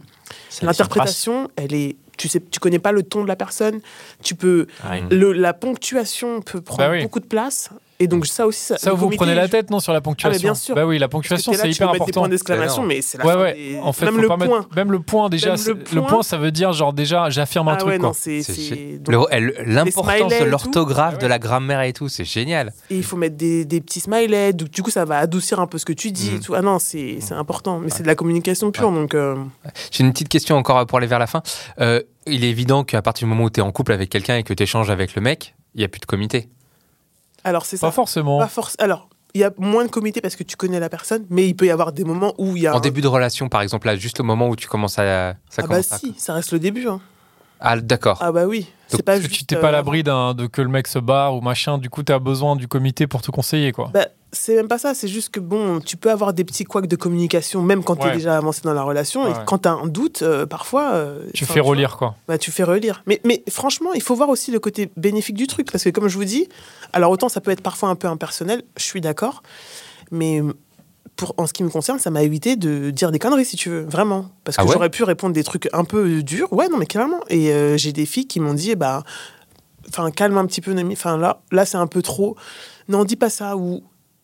[SPEAKER 2] ça laisse une
[SPEAKER 5] l'interprétation, elle est... Tu sais, tu connais pas le ton de la personne, tu peux...
[SPEAKER 2] trace. Ouais.
[SPEAKER 5] Le, la ponctuation peut prendre
[SPEAKER 4] Mm. Bah oui.
[SPEAKER 5] beaucoup de place et donc ça aussi... Ça,
[SPEAKER 4] Ça,
[SPEAKER 5] le
[SPEAKER 4] vous
[SPEAKER 5] comité,
[SPEAKER 4] prenez la
[SPEAKER 5] je- Ah,
[SPEAKER 4] tête, non, sur la ponctuation
[SPEAKER 5] bien sûr.
[SPEAKER 4] Bah oui, la
[SPEAKER 5] parce que
[SPEAKER 4] ponctuation,
[SPEAKER 5] t'es là,
[SPEAKER 4] c'est
[SPEAKER 5] tu peux
[SPEAKER 4] hyper
[SPEAKER 5] mettre des
[SPEAKER 4] important.
[SPEAKER 5] points d'exclamation, mais c'est la
[SPEAKER 4] Ouais,
[SPEAKER 5] fin
[SPEAKER 4] ouais.
[SPEAKER 5] des-
[SPEAKER 4] En fait,
[SPEAKER 5] même
[SPEAKER 4] faut
[SPEAKER 5] le
[SPEAKER 4] pas mettre-
[SPEAKER 5] point.
[SPEAKER 4] même le point, déjà,
[SPEAKER 5] Même
[SPEAKER 4] c'est-
[SPEAKER 5] le
[SPEAKER 4] le
[SPEAKER 5] point.
[SPEAKER 4] point, ça veut dire, genre, déjà, j'affirme un
[SPEAKER 5] Ah ouais,
[SPEAKER 4] truc, quoi.
[SPEAKER 5] non, c'est...
[SPEAKER 3] C'est
[SPEAKER 5] c'est-
[SPEAKER 3] gé-
[SPEAKER 5] donc-
[SPEAKER 3] Le- elle-
[SPEAKER 5] les
[SPEAKER 3] L'importance
[SPEAKER 5] smileys et
[SPEAKER 3] de
[SPEAKER 5] tout.
[SPEAKER 3] l'orthographe,
[SPEAKER 4] Ah ouais.
[SPEAKER 3] de la grammaire et tout, c'est génial.
[SPEAKER 5] Et il faut mettre des, des petits smileys, donc du coup ça va adoucir un peu ce que tu dis.
[SPEAKER 4] Mm.
[SPEAKER 3] Mhm.
[SPEAKER 5] et tout. Ah non, c'est c'est important, mais c'est de la communication pure, donc euh,
[SPEAKER 3] J'ai une petite question encore pour aller vers la fin. Euh, il est évident qu'à partir du moment où tu es en couple avec quelqu'un et que tu échanges avec le mec, il n'y a plus de comité.
[SPEAKER 5] alors c'est
[SPEAKER 4] Pas
[SPEAKER 5] ça.
[SPEAKER 4] forcément.
[SPEAKER 5] Pas force. Alors il y a moins de comités parce que tu connais la personne, mais il peut y avoir des moments où il y a.
[SPEAKER 3] En
[SPEAKER 5] un-
[SPEAKER 3] début de relation, par exemple, là, juste au moment où tu commences à. Ça
[SPEAKER 5] ah bah
[SPEAKER 3] commence à-
[SPEAKER 5] si, ça reste le début. hein.
[SPEAKER 3] Ah, d'accord.
[SPEAKER 5] Ah bah oui.
[SPEAKER 3] Donc,
[SPEAKER 5] C'est pas
[SPEAKER 4] Parce que tu
[SPEAKER 5] juste,
[SPEAKER 4] t'es pas à
[SPEAKER 5] euh,
[SPEAKER 4] l'abri d'un- de que le mec se barre ou machin, du coup, t'as besoin du comité pour te conseiller, quoi.
[SPEAKER 5] Bah, c'est même pas ça, c'est juste que bon, tu peux avoir des petits couacs de communication, même quand
[SPEAKER 4] Ouais.
[SPEAKER 5] t'es déjà avancé dans la relation,
[SPEAKER 4] Ouais.
[SPEAKER 5] et quand t'as un doute, euh, parfois. euh,
[SPEAKER 4] Tu
[SPEAKER 5] enfin,
[SPEAKER 4] fais
[SPEAKER 5] vois,
[SPEAKER 4] relire, quoi.
[SPEAKER 5] Bah, tu fais relire. Mais, mais franchement, il faut voir aussi le côté bénéfique du truc. Parce que, comme je vous dis, alors autant ça peut être parfois un peu impersonnel, je suis d'accord. Mais pour, en ce qui me concerne, ça m'a évité de dire des conneries, si tu veux, vraiment. Parce que
[SPEAKER 3] Ah ouais
[SPEAKER 5] j'aurais pu répondre des trucs un peu durs. Ouais, non, mais clairement. Et euh, j'ai des filles qui m'ont dit, eh bah, enfin, calme un petit peu, Noémie. Enfin, là, là c'est un peu trop. Non, dis pas ça. Ou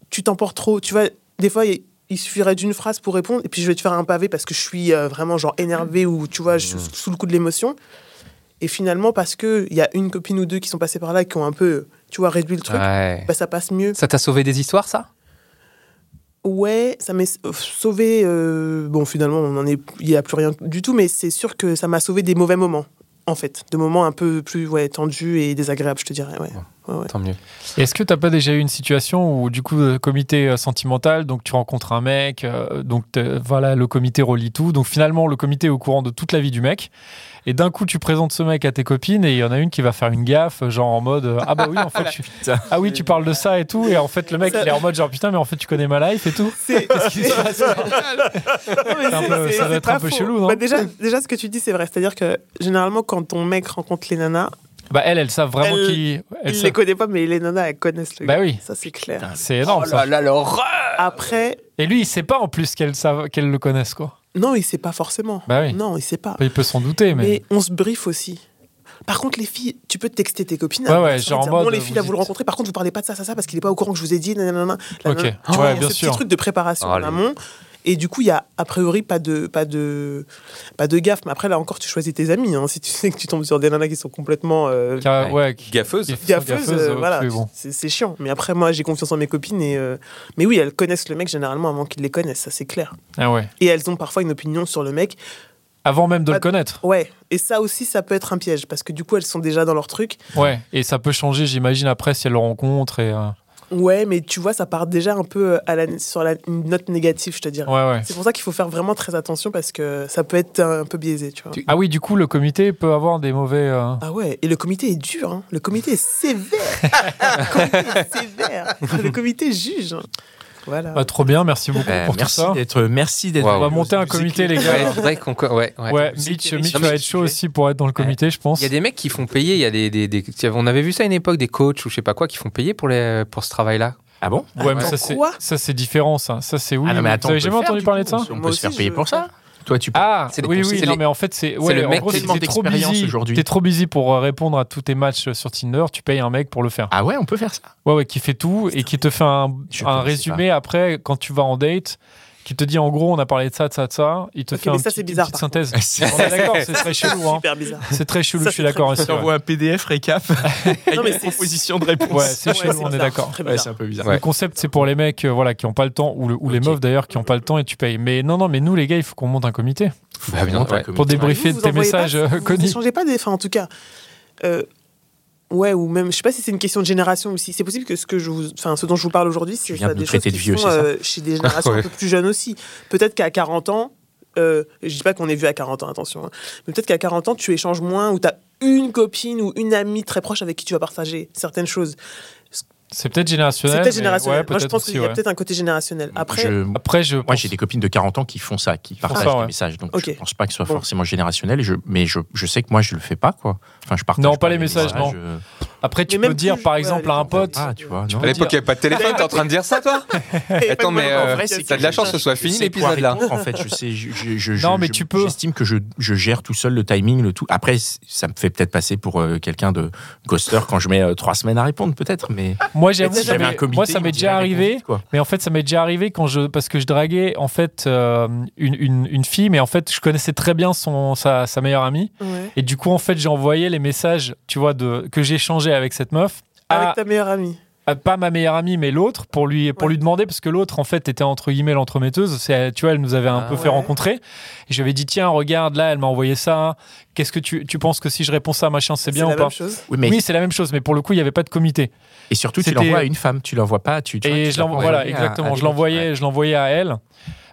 [SPEAKER 5] tu t'emportes trop. Tu vois, des fois, il il suffirait d'une phrase pour répondre, et puis je vais te faire un pavé parce que je suis euh, vraiment genre énervé ou tu vois, je suis sous le coup de l'émotion. Et finalement, parce qu'il y a une copine ou deux qui sont passées par là et qui ont un peu, tu vois, réduit le truc,
[SPEAKER 3] Ouais.
[SPEAKER 5] bah, ça passe mieux.
[SPEAKER 3] Ça t'a sauvé des histoires, ça
[SPEAKER 5] Ouais, ça m'a euh, sauvé. euh, bon, finalement, on en est, il n'y a plus rien du tout, mais c'est sûr que ça m'a sauvé des mauvais moments, en fait. De moments un peu plus ouais, tendus et désagréables, je te dirais. Ouais. Ouais.
[SPEAKER 3] Tant mieux.
[SPEAKER 4] Est-ce que t'as pas déjà eu une situation où du coup le comité euh, sentimental, donc tu rencontres un mec, euh, donc t'es- voilà le comité relie tout, donc finalement le comité est au courant de toute la vie du mec, et d'un coup tu présentes ce mec à tes copines et il y en a une qui va faire une gaffe, genre en mode euh, ah bah oui en fait tu, ah oui tu parles de ça et tout, et en fait le mec il est en mode genre putain mais en fait tu connais ma life et tout.
[SPEAKER 5] C'est Non, mais
[SPEAKER 4] C'est un
[SPEAKER 5] c'est-
[SPEAKER 4] peu-
[SPEAKER 5] c'est-
[SPEAKER 4] ça doit
[SPEAKER 5] c'est
[SPEAKER 4] être un
[SPEAKER 5] pas
[SPEAKER 4] peu
[SPEAKER 5] faux.
[SPEAKER 4] chelou, non
[SPEAKER 5] Bah, déjà, déjà, ce que tu dis, c'est vrai. C'est-à-dire que généralement, quand ton mec rencontre les nanas,
[SPEAKER 4] Bah elle elle savent vraiment
[SPEAKER 5] Elle-
[SPEAKER 4] qui. elle
[SPEAKER 5] il
[SPEAKER 4] savent-
[SPEAKER 5] les connaît pas, mais les nanas, elles connaissent le
[SPEAKER 4] Bah
[SPEAKER 5] gars.
[SPEAKER 4] oui.
[SPEAKER 5] Ça, c'est clair.
[SPEAKER 4] C'est énorme
[SPEAKER 1] Oh
[SPEAKER 4] ça.
[SPEAKER 3] Oh là, l'horreur
[SPEAKER 5] Après,
[SPEAKER 4] Et lui il sait pas en plus qu'elle savent qu'elle le connaisse quoi.
[SPEAKER 5] non, il sait pas forcément.
[SPEAKER 4] Bah oui.
[SPEAKER 5] Non, il sait pas.
[SPEAKER 4] Bah, Il peut s'en douter mais.
[SPEAKER 5] Mais on se briefe aussi. Par contre, les filles, tu peux texter tes copines.
[SPEAKER 4] Ouais,
[SPEAKER 5] à-
[SPEAKER 4] ouais,
[SPEAKER 5] à-
[SPEAKER 4] genre en
[SPEAKER 5] dire,
[SPEAKER 4] mode,
[SPEAKER 5] Bon, les
[SPEAKER 4] vous
[SPEAKER 5] filles, là, vous le
[SPEAKER 4] dites-
[SPEAKER 5] rencontrez. Par contre, vous parlez pas de ça, ça, ça, parce qu'il est pas au courant que je vous ai dit. Nanana,
[SPEAKER 4] Ok.
[SPEAKER 5] nanana.
[SPEAKER 4] Ouais,
[SPEAKER 5] Tu vois, il y a
[SPEAKER 4] bien
[SPEAKER 5] ce
[SPEAKER 4] sûr.
[SPEAKER 5] petit truc de préparation
[SPEAKER 3] Ah,
[SPEAKER 5] en
[SPEAKER 3] le-
[SPEAKER 5] amont. Et du coup, il y a a priori pas de, pas, de, pas de gaffe. Mais après, là encore, tu choisis tes amis. hein. Si tu sais que tu tombes sur des nanas qui sont complètement euh,
[SPEAKER 4] Car- ouais,
[SPEAKER 3] Gaffeuse.
[SPEAKER 4] qui-
[SPEAKER 5] gaffeuses, euh,
[SPEAKER 4] ouais,
[SPEAKER 5] voilà,
[SPEAKER 4] tu es bon.
[SPEAKER 5] c'est c'est chiant. Mais après, moi, j'ai confiance en mes copines. Et, euh, Mais oui, elles connaissent le mec généralement avant qu'ils les connaissent, ça c'est clair.
[SPEAKER 4] Ah ouais.
[SPEAKER 5] Et elles ont parfois une opinion sur le mec
[SPEAKER 4] Avant même de le
[SPEAKER 5] Pas-
[SPEAKER 4] connaître.
[SPEAKER 5] Ouais, et ça aussi, ça peut être un piège, parce que du coup, elles sont déjà dans leur truc.
[SPEAKER 4] Ouais. Et ça peut changer, j'imagine, après si elle le rencontre. Et, euh,
[SPEAKER 5] Ouais, mais tu vois, ça part déjà un peu euh, à la, sur la, une note négative, je te dirais.
[SPEAKER 4] Ouais, ouais.
[SPEAKER 5] C'est pour ça qu'il faut faire vraiment très attention parce que ça peut être un peu biaisé, tu vois.
[SPEAKER 3] Tu-
[SPEAKER 4] Ah oui, du coup, le comité peut avoir des mauvais. euh,
[SPEAKER 5] Ah ouais, et le comité est dur, hein. le comité est sévère. le comité est sévère. Le comité juge. hein. Voilà.
[SPEAKER 4] bah, trop bien, merci beaucoup
[SPEAKER 3] Euh,
[SPEAKER 4] pour
[SPEAKER 2] Merci
[SPEAKER 4] tout ça.
[SPEAKER 2] d'être. Merci d'être.
[SPEAKER 3] Waouh.
[SPEAKER 4] On va monter un
[SPEAKER 2] Vous
[SPEAKER 4] comité, les
[SPEAKER 2] écrivez-
[SPEAKER 4] gars.
[SPEAKER 3] Ouais, faudrait qu'on. co- Ouais, ouais.
[SPEAKER 4] Ouais,
[SPEAKER 2] vous
[SPEAKER 4] Mitch,
[SPEAKER 2] écrivez
[SPEAKER 4] Mitch
[SPEAKER 2] sur
[SPEAKER 4] va
[SPEAKER 2] ce
[SPEAKER 4] être chaud
[SPEAKER 2] sujet.
[SPEAKER 4] aussi pour être dans le comité, je pense.
[SPEAKER 3] Il y a des mecs qui font payer. Il y a des, des, des- On avait vu ça à une époque, des coachs ou je sais pas quoi, qui font payer pour, les, pour ce travail-là.
[SPEAKER 2] Ah bon
[SPEAKER 4] Ouais, mais ça
[SPEAKER 5] Attends,
[SPEAKER 4] c'est
[SPEAKER 5] quoi
[SPEAKER 4] ça c'est différent ça. Ça c'est oui.
[SPEAKER 2] Ah non, mais attends, on
[SPEAKER 4] Vous avez
[SPEAKER 2] peut
[SPEAKER 4] jamais
[SPEAKER 2] le faire,
[SPEAKER 4] entendu
[SPEAKER 2] du
[SPEAKER 4] parler de
[SPEAKER 2] coup,
[SPEAKER 4] ça
[SPEAKER 2] On
[SPEAKER 5] Moi
[SPEAKER 2] peut se faire
[SPEAKER 5] aussi,
[SPEAKER 2] payer
[SPEAKER 5] je-
[SPEAKER 2] pour ça. Toi, tu peux.
[SPEAKER 4] Ah
[SPEAKER 3] C'est des
[SPEAKER 4] oui
[SPEAKER 3] conseils,
[SPEAKER 4] oui.
[SPEAKER 3] c'est
[SPEAKER 4] Non
[SPEAKER 3] les-
[SPEAKER 4] mais en fait c'est ouais,
[SPEAKER 3] le
[SPEAKER 4] en
[SPEAKER 3] mec
[SPEAKER 4] gros, si
[SPEAKER 2] tellement
[SPEAKER 4] t'es trop
[SPEAKER 2] d'expérience
[SPEAKER 4] busy-
[SPEAKER 2] aujourd'hui.
[SPEAKER 4] T'es trop busy pour euh, répondre à tous tes matchs sur Tinder. Tu payes un mec pour le faire.
[SPEAKER 2] Ah ouais, on peut faire ça.
[SPEAKER 4] Ouais ouais qui fait tout et qui te fait un,
[SPEAKER 2] Je
[SPEAKER 4] un
[SPEAKER 2] connaissais
[SPEAKER 4] résumé après quand tu vas en date. Qui te dit en gros on a parlé de ça de ça de ça. Il te
[SPEAKER 5] Ok,
[SPEAKER 4] fait
[SPEAKER 5] mais
[SPEAKER 4] un
[SPEAKER 5] ça,
[SPEAKER 4] petit-
[SPEAKER 5] c'est
[SPEAKER 4] une
[SPEAKER 5] bizarre,
[SPEAKER 4] petite
[SPEAKER 5] par
[SPEAKER 4] synthèse. On est d'accord c'est très chelou hein.
[SPEAKER 5] Super bizarre.
[SPEAKER 4] C'est très chelou
[SPEAKER 5] Ça,
[SPEAKER 4] je suis
[SPEAKER 5] c'est
[SPEAKER 4] d'accord. aussi, ouais.
[SPEAKER 2] un PDF récap
[SPEAKER 5] Non, mais c'est-
[SPEAKER 2] proposition de réponse.
[SPEAKER 4] Ouais, c'est chelou, on est
[SPEAKER 5] bizarre,
[SPEAKER 4] d'accord.
[SPEAKER 5] très
[SPEAKER 2] Ouais,
[SPEAKER 5] bizarre.
[SPEAKER 2] c'est un peu bizarre.
[SPEAKER 3] Ouais.
[SPEAKER 4] Le concept, c'est pour les mecs euh, voilà, qui n'ont pas le temps, ou, le- ou les
[SPEAKER 2] Ok.
[SPEAKER 4] meufs d'ailleurs qui n'ont pas le temps et tu payes. Mais non, non, mais nous les gars, il faut qu'on monte un comité.
[SPEAKER 2] Faut
[SPEAKER 3] Bah, bien,
[SPEAKER 2] monter un
[SPEAKER 3] ouais.
[SPEAKER 2] comité.
[SPEAKER 4] Pour débriefer
[SPEAKER 5] Vous, vous
[SPEAKER 4] tes
[SPEAKER 5] envoyez pas-
[SPEAKER 4] messages, euh,
[SPEAKER 5] Vous
[SPEAKER 4] Connie.
[SPEAKER 5] n'échangez pas des. Enfin, en tout cas. euh, ouais, ou même. Je sais pas si c'est une question de génération aussi. C'est possible que ce, que je vous, enfin, ce dont je vous parle aujourd'hui, c'est
[SPEAKER 2] viens
[SPEAKER 5] ça,
[SPEAKER 2] de nous
[SPEAKER 5] des choses
[SPEAKER 2] traiter
[SPEAKER 5] qui
[SPEAKER 2] de vieux,
[SPEAKER 5] sont
[SPEAKER 2] c'est ça
[SPEAKER 5] euh, chez des générations
[SPEAKER 3] Ouais.
[SPEAKER 5] un peu plus jeunes aussi. Peut-être qu'à 40 ans. euh, je dis pas qu'on est vieux à 40 ans, attention. hein, mais peut-être qu'à 40 ans, tu échanges moins ou tu as une copine ou une amie très proche avec qui tu vas partager certaines choses.
[SPEAKER 4] C'est peut-être
[SPEAKER 5] C'est
[SPEAKER 4] générationnel.
[SPEAKER 5] peut-être
[SPEAKER 4] mais
[SPEAKER 5] générationnel.
[SPEAKER 4] ouais,
[SPEAKER 5] Moi, je
[SPEAKER 4] peut-être
[SPEAKER 5] pense
[SPEAKER 4] aussi,
[SPEAKER 5] qu'il y a
[SPEAKER 4] ouais.
[SPEAKER 5] peut-être un côté générationnel. Après,
[SPEAKER 2] Je-
[SPEAKER 4] Après, je.
[SPEAKER 2] Moi,
[SPEAKER 4] pense-
[SPEAKER 2] j'ai des copines de 40 ans qui font ça, qui
[SPEAKER 4] font ça,
[SPEAKER 2] partagent
[SPEAKER 4] ouais.
[SPEAKER 2] des messages. Donc,
[SPEAKER 5] Ok.
[SPEAKER 2] je pense pas que ce soit
[SPEAKER 5] Bon.
[SPEAKER 2] forcément générationnel. et Je, mais je, je sais que moi, je le fais pas, quoi. Enfin, je partage.
[SPEAKER 4] Non, pas les messages, non.
[SPEAKER 2] euh,
[SPEAKER 4] Après, tu
[SPEAKER 5] Mais même
[SPEAKER 4] peux dire
[SPEAKER 5] plus,
[SPEAKER 4] par
[SPEAKER 5] ouais,
[SPEAKER 4] exemple
[SPEAKER 5] les
[SPEAKER 4] à un
[SPEAKER 5] gens-
[SPEAKER 4] pote.
[SPEAKER 2] Ah, tu vois, non.
[SPEAKER 3] À l'époque, il n'y avait pas de téléphone. T'es en train de dire ça, toi
[SPEAKER 5] Et
[SPEAKER 3] Attends,
[SPEAKER 5] pas de
[SPEAKER 3] mais, euh,
[SPEAKER 5] bonne
[SPEAKER 2] En
[SPEAKER 5] communication.
[SPEAKER 2] c'est
[SPEAKER 3] t'as de la chance que ce soit
[SPEAKER 2] je
[SPEAKER 3] fini
[SPEAKER 2] sais quoi
[SPEAKER 3] l'épisode, là.
[SPEAKER 2] répondre, En fait, je sais, je, je- je-
[SPEAKER 4] Non,
[SPEAKER 2] je-
[SPEAKER 4] mais
[SPEAKER 2] je-
[SPEAKER 4] tu peux.
[SPEAKER 2] J'estime que je, je gère tout seul le timing, le tout. Après, c- ça me fait peut-être passer pour euh, quelqu'un de ghoster quand je mets euh, trois semaines à répondre, peut-être. Mais
[SPEAKER 4] Moi, j'avoue,
[SPEAKER 5] Mais
[SPEAKER 2] si
[SPEAKER 5] ça
[SPEAKER 4] ça
[SPEAKER 2] j'avais
[SPEAKER 4] m'est-
[SPEAKER 2] un comité,
[SPEAKER 4] moi, ça
[SPEAKER 2] on dirait
[SPEAKER 4] m'est déjà arrivé.
[SPEAKER 2] réponse, quoi.
[SPEAKER 4] Mais en fait, ça m'est déjà arrivé quand je, parce que je draguais en fait euh, une, une- une fille, mais en fait, je connaissais très bien son sa, sa meilleure amie.
[SPEAKER 5] Ouais.
[SPEAKER 4] Et du coup, en fait, j'ai envoyé les messages, tu vois, de que j'échangeais avec cette meuf. à-
[SPEAKER 5] Avec ta meilleure amie.
[SPEAKER 4] Euh, pas ma meilleure amie, mais l'autre, pour lui, pour
[SPEAKER 5] Ouais.
[SPEAKER 4] lui demander, parce que l'autre, en fait, était entre guillemets l'entremetteuse. C'est, Tu vois, elle nous avait un
[SPEAKER 3] Ah
[SPEAKER 4] peu fait
[SPEAKER 5] ouais.
[SPEAKER 4] rencontrer. Et je lui avais dit, tiens, regarde, là, elle m'a envoyé ça. Qu'est-ce que tu, tu penses que si je réponds ça, machin, c'est bien
[SPEAKER 5] la
[SPEAKER 4] ou pas
[SPEAKER 5] même chose.
[SPEAKER 2] Oui, mais
[SPEAKER 4] Oui, c'est la même chose, mais pour le coup, il n'y avait pas de comité.
[SPEAKER 2] et surtout, tu
[SPEAKER 4] c'était- euh,
[SPEAKER 2] l'envoies à une femme, tu l'envoies pas. Tu, tu vois,
[SPEAKER 4] Et
[SPEAKER 2] tu
[SPEAKER 4] je
[SPEAKER 2] l'as
[SPEAKER 4] l'envoie,
[SPEAKER 2] pas
[SPEAKER 4] voilà,
[SPEAKER 2] envoyé à- à
[SPEAKER 4] exactement.
[SPEAKER 2] des
[SPEAKER 4] je
[SPEAKER 2] mecs.
[SPEAKER 4] l'envoyais,
[SPEAKER 2] Ouais.
[SPEAKER 4] je l'envoyais à elle.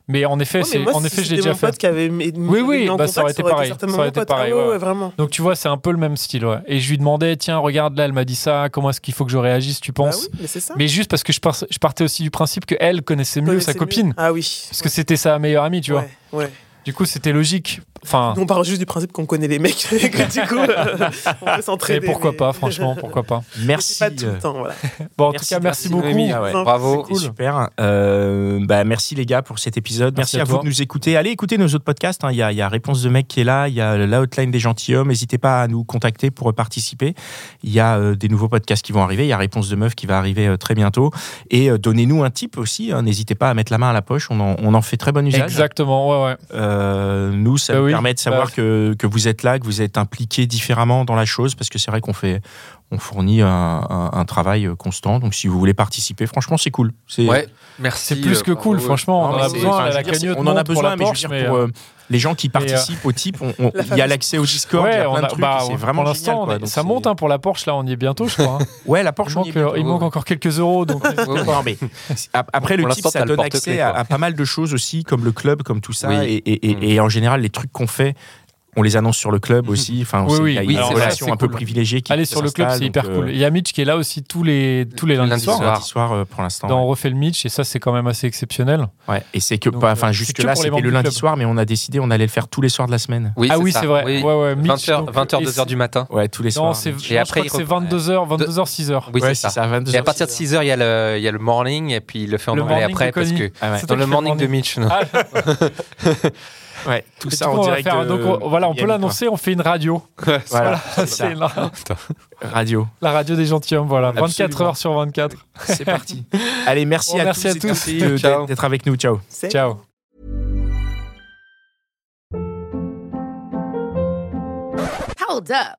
[SPEAKER 4] Mais en effet,
[SPEAKER 5] Ouais, mais
[SPEAKER 4] c'est,
[SPEAKER 5] moi,
[SPEAKER 4] en
[SPEAKER 5] si
[SPEAKER 4] effet, je l'ai
[SPEAKER 5] c'était
[SPEAKER 4] déjà
[SPEAKER 5] mon
[SPEAKER 4] fait.
[SPEAKER 5] pote qui avait oui,
[SPEAKER 4] Oui, oui, bah, ça aurait été pareil. Ça aurait été pareil, ouais, ouais.
[SPEAKER 5] vraiment.
[SPEAKER 4] Donc, tu vois, c'est un peu le même style, ouais. Et je lui demandais, tiens, regarde, là, elle m'a dit ça. Comment est-ce qu'il faut que je réagisse, tu
[SPEAKER 5] Bah
[SPEAKER 4] penses?
[SPEAKER 5] oui, mais c'est ça.
[SPEAKER 4] Mais juste parce que je, pars- je partais aussi du principe que elle connaissait mieux
[SPEAKER 5] Connaissez
[SPEAKER 4] sa copine.
[SPEAKER 5] Ah oui.
[SPEAKER 4] Parce que c'était sa meilleure amie, tu vois. Ah.
[SPEAKER 5] Ouais, ouais.
[SPEAKER 4] Du coup, c'était logique. Enfin,
[SPEAKER 5] On part juste du principe qu'on connaît les mecs et que du coup, euh, on peut
[SPEAKER 4] mais
[SPEAKER 5] s'entraider.
[SPEAKER 4] pourquoi
[SPEAKER 5] mais-
[SPEAKER 4] pas, franchement, pourquoi pas.
[SPEAKER 2] Merci.
[SPEAKER 5] C'est pas tout
[SPEAKER 2] euh,
[SPEAKER 5] le temps, voilà.
[SPEAKER 4] Bon, en
[SPEAKER 2] Merci,
[SPEAKER 4] tout cas, merci,
[SPEAKER 2] merci,
[SPEAKER 4] beaucoup.
[SPEAKER 2] Noémie. Ah ouais.
[SPEAKER 3] Bravo.
[SPEAKER 2] C'était Super. Euh, bah, merci les gars pour cet épisode.
[SPEAKER 4] Merci
[SPEAKER 2] Merci,
[SPEAKER 4] à
[SPEAKER 2] à,
[SPEAKER 4] toi.
[SPEAKER 2] vous de nous écouter. Allez écouter nos autres podcasts. hein. Il y, a, il y a Réponse de mec qui est là. Il y a la hotline des gentilshommes. N'hésitez pas à nous contacter pour participer. Il y a euh, des nouveaux podcasts qui vont arriver. Il y a Réponse de meuf qui va arriver euh, très bientôt. Et euh, donnez-nous un tip aussi. hein. N'hésitez pas à mettre la main à la poche. On en, on en fait très bon usage.
[SPEAKER 4] Exactement, ouais, ouais.
[SPEAKER 2] Euh, nous, ça
[SPEAKER 4] Bah
[SPEAKER 2] nous
[SPEAKER 4] oui.
[SPEAKER 2] permet de savoir
[SPEAKER 4] Bah.
[SPEAKER 2] que, que vous êtes là, que vous êtes impliqué différemment dans la chose, parce que c'est vrai qu'on fait, on fournit un, un- un travail constant. Donc, si vous voulez participer, franchement, c'est cool. C'est
[SPEAKER 3] Ouais, merci.
[SPEAKER 4] C'est plus
[SPEAKER 3] euh,
[SPEAKER 4] que cool,
[SPEAKER 3] bravo.
[SPEAKER 2] Non,
[SPEAKER 4] franchement. on en
[SPEAKER 2] mais
[SPEAKER 4] a
[SPEAKER 2] c'est-
[SPEAKER 4] besoin.
[SPEAKER 2] enfin,
[SPEAKER 4] la
[SPEAKER 2] je veux dire, c'est-
[SPEAKER 4] cagnotte
[SPEAKER 2] on en a
[SPEAKER 4] monte pour
[SPEAKER 2] besoin,
[SPEAKER 4] la
[SPEAKER 2] mais
[SPEAKER 4] Porsche,
[SPEAKER 2] je veux
[SPEAKER 4] mais,
[SPEAKER 2] dire, pour
[SPEAKER 4] euh,
[SPEAKER 2] euh, les gens qui participent au type, on- on-
[SPEAKER 5] La
[SPEAKER 2] il y a
[SPEAKER 5] fameuse-
[SPEAKER 2] l'accès au Discord, il y a
[SPEAKER 4] ouais,
[SPEAKER 2] plein
[SPEAKER 4] on
[SPEAKER 2] de
[SPEAKER 4] a-
[SPEAKER 2] trucs.
[SPEAKER 4] bah,
[SPEAKER 2] c'est
[SPEAKER 4] on-
[SPEAKER 2] vraiment génial,
[SPEAKER 4] pour l'instant, on
[SPEAKER 2] quoi.
[SPEAKER 4] est-
[SPEAKER 2] Donc,
[SPEAKER 4] ça
[SPEAKER 2] c'est-
[SPEAKER 4] monte hein, pour la Porsche. Là, on y est bientôt, je crois. hein.
[SPEAKER 2] Ouais, la Porsche,
[SPEAKER 4] il
[SPEAKER 2] on y
[SPEAKER 4] manque,
[SPEAKER 2] est bientôt.
[SPEAKER 4] il manque encore quelques euros, donc on est-
[SPEAKER 3] Ouais.
[SPEAKER 2] Non, mais c'est- ap- après le
[SPEAKER 3] Pour
[SPEAKER 2] type
[SPEAKER 3] l'instant,
[SPEAKER 2] ça
[SPEAKER 3] t'as le
[SPEAKER 2] donne
[SPEAKER 3] porte-clés,
[SPEAKER 2] accès
[SPEAKER 3] quoi.
[SPEAKER 2] à, à pas mal de choses aussi comme le club comme tout ça
[SPEAKER 3] Oui.
[SPEAKER 2] et, et- et-
[SPEAKER 3] Mm.
[SPEAKER 2] et en général les trucs qu'on fait on les annonce sur le club aussi enfin on
[SPEAKER 4] Oui,
[SPEAKER 2] sait
[SPEAKER 4] oui.
[SPEAKER 2] qu'il y a
[SPEAKER 4] Oui,
[SPEAKER 2] une
[SPEAKER 4] c'est vrai,
[SPEAKER 2] relation
[SPEAKER 4] c'est
[SPEAKER 2] un peu
[SPEAKER 4] cool.
[SPEAKER 2] privilégiée qui
[SPEAKER 4] allez
[SPEAKER 2] qui
[SPEAKER 4] sur le club,
[SPEAKER 2] s'installe,
[SPEAKER 4] c'est
[SPEAKER 2] donc,
[SPEAKER 4] hyper
[SPEAKER 2] euh,
[SPEAKER 4] cool. Et Il y a Mitch qui est là aussi tous les tous les lundis
[SPEAKER 3] lundi
[SPEAKER 2] c'est
[SPEAKER 4] soirs.
[SPEAKER 3] soir.
[SPEAKER 2] lundi soir euh, pour l'instant
[SPEAKER 4] dans
[SPEAKER 2] ouais.
[SPEAKER 4] On refait le Mitch, et ça, c'est quand même assez exceptionnel.
[SPEAKER 2] Ouais, et c'est que
[SPEAKER 4] Donc,
[SPEAKER 2] pas-
[SPEAKER 4] euh,
[SPEAKER 2] enfin
[SPEAKER 4] c'est
[SPEAKER 2] jusque
[SPEAKER 4] que
[SPEAKER 2] là
[SPEAKER 4] pour les
[SPEAKER 2] c'était
[SPEAKER 4] membres
[SPEAKER 2] le
[SPEAKER 4] du
[SPEAKER 2] lundi
[SPEAKER 4] club.
[SPEAKER 2] soir mais on a décidé on allait le faire tous les soirs de la semaine
[SPEAKER 4] Ah oui,
[SPEAKER 3] ça.
[SPEAKER 4] c'est vrai.
[SPEAKER 3] Oui.
[SPEAKER 4] Ouais, ouais, Mitch,
[SPEAKER 3] 20h,
[SPEAKER 4] donc,
[SPEAKER 3] 20h,
[SPEAKER 4] et-
[SPEAKER 3] 2h du matin.
[SPEAKER 2] ouais tous les
[SPEAKER 4] Non,
[SPEAKER 2] soirs
[SPEAKER 4] c'est
[SPEAKER 2] ouais,
[SPEAKER 4] je crois
[SPEAKER 3] après,
[SPEAKER 4] que
[SPEAKER 3] il
[SPEAKER 4] c'est
[SPEAKER 3] reprend-
[SPEAKER 4] 22h, 22h, 6h.
[SPEAKER 3] Oui, c'est
[SPEAKER 2] c'est
[SPEAKER 3] ça.
[SPEAKER 2] ça 22
[SPEAKER 3] Et à
[SPEAKER 2] heures,
[SPEAKER 3] partir de
[SPEAKER 2] c'est-
[SPEAKER 3] 6h, il y a le- il y a le morning, et puis il le fait en
[SPEAKER 4] Le
[SPEAKER 3] anglais
[SPEAKER 4] morning de
[SPEAKER 3] après, parce
[SPEAKER 4] Connie.
[SPEAKER 3] que
[SPEAKER 2] Ah ouais.
[SPEAKER 4] C'est
[SPEAKER 3] dans
[SPEAKER 4] toi qui
[SPEAKER 3] le
[SPEAKER 4] fais le
[SPEAKER 3] morning de
[SPEAKER 4] morning.
[SPEAKER 3] Mitch. non.
[SPEAKER 2] Ouais, tout
[SPEAKER 4] Mais
[SPEAKER 2] ça
[SPEAKER 4] du coup,
[SPEAKER 2] en
[SPEAKER 4] on va
[SPEAKER 2] direct
[SPEAKER 4] faire un-
[SPEAKER 2] de-
[SPEAKER 4] donc, on- voilà, on peut
[SPEAKER 2] Miami, quoi.
[SPEAKER 4] l'annoncer, on fait une radio.
[SPEAKER 2] voilà c'est
[SPEAKER 4] Ça,
[SPEAKER 2] ça.
[SPEAKER 4] c'est la,
[SPEAKER 2] radio
[SPEAKER 4] la radio des gentilshommes, voilà. 24
[SPEAKER 2] Absolument.
[SPEAKER 4] heures sur 24.
[SPEAKER 2] c'est parti allez merci
[SPEAKER 4] Bon,
[SPEAKER 2] à
[SPEAKER 4] merci
[SPEAKER 2] tous
[SPEAKER 4] à
[SPEAKER 2] et
[SPEAKER 4] tous.
[SPEAKER 2] merci, euh,
[SPEAKER 3] Ciao.
[SPEAKER 2] d'être- d'être avec nous ciao
[SPEAKER 5] C'est-
[SPEAKER 4] Ciao.
[SPEAKER 6] Hold up.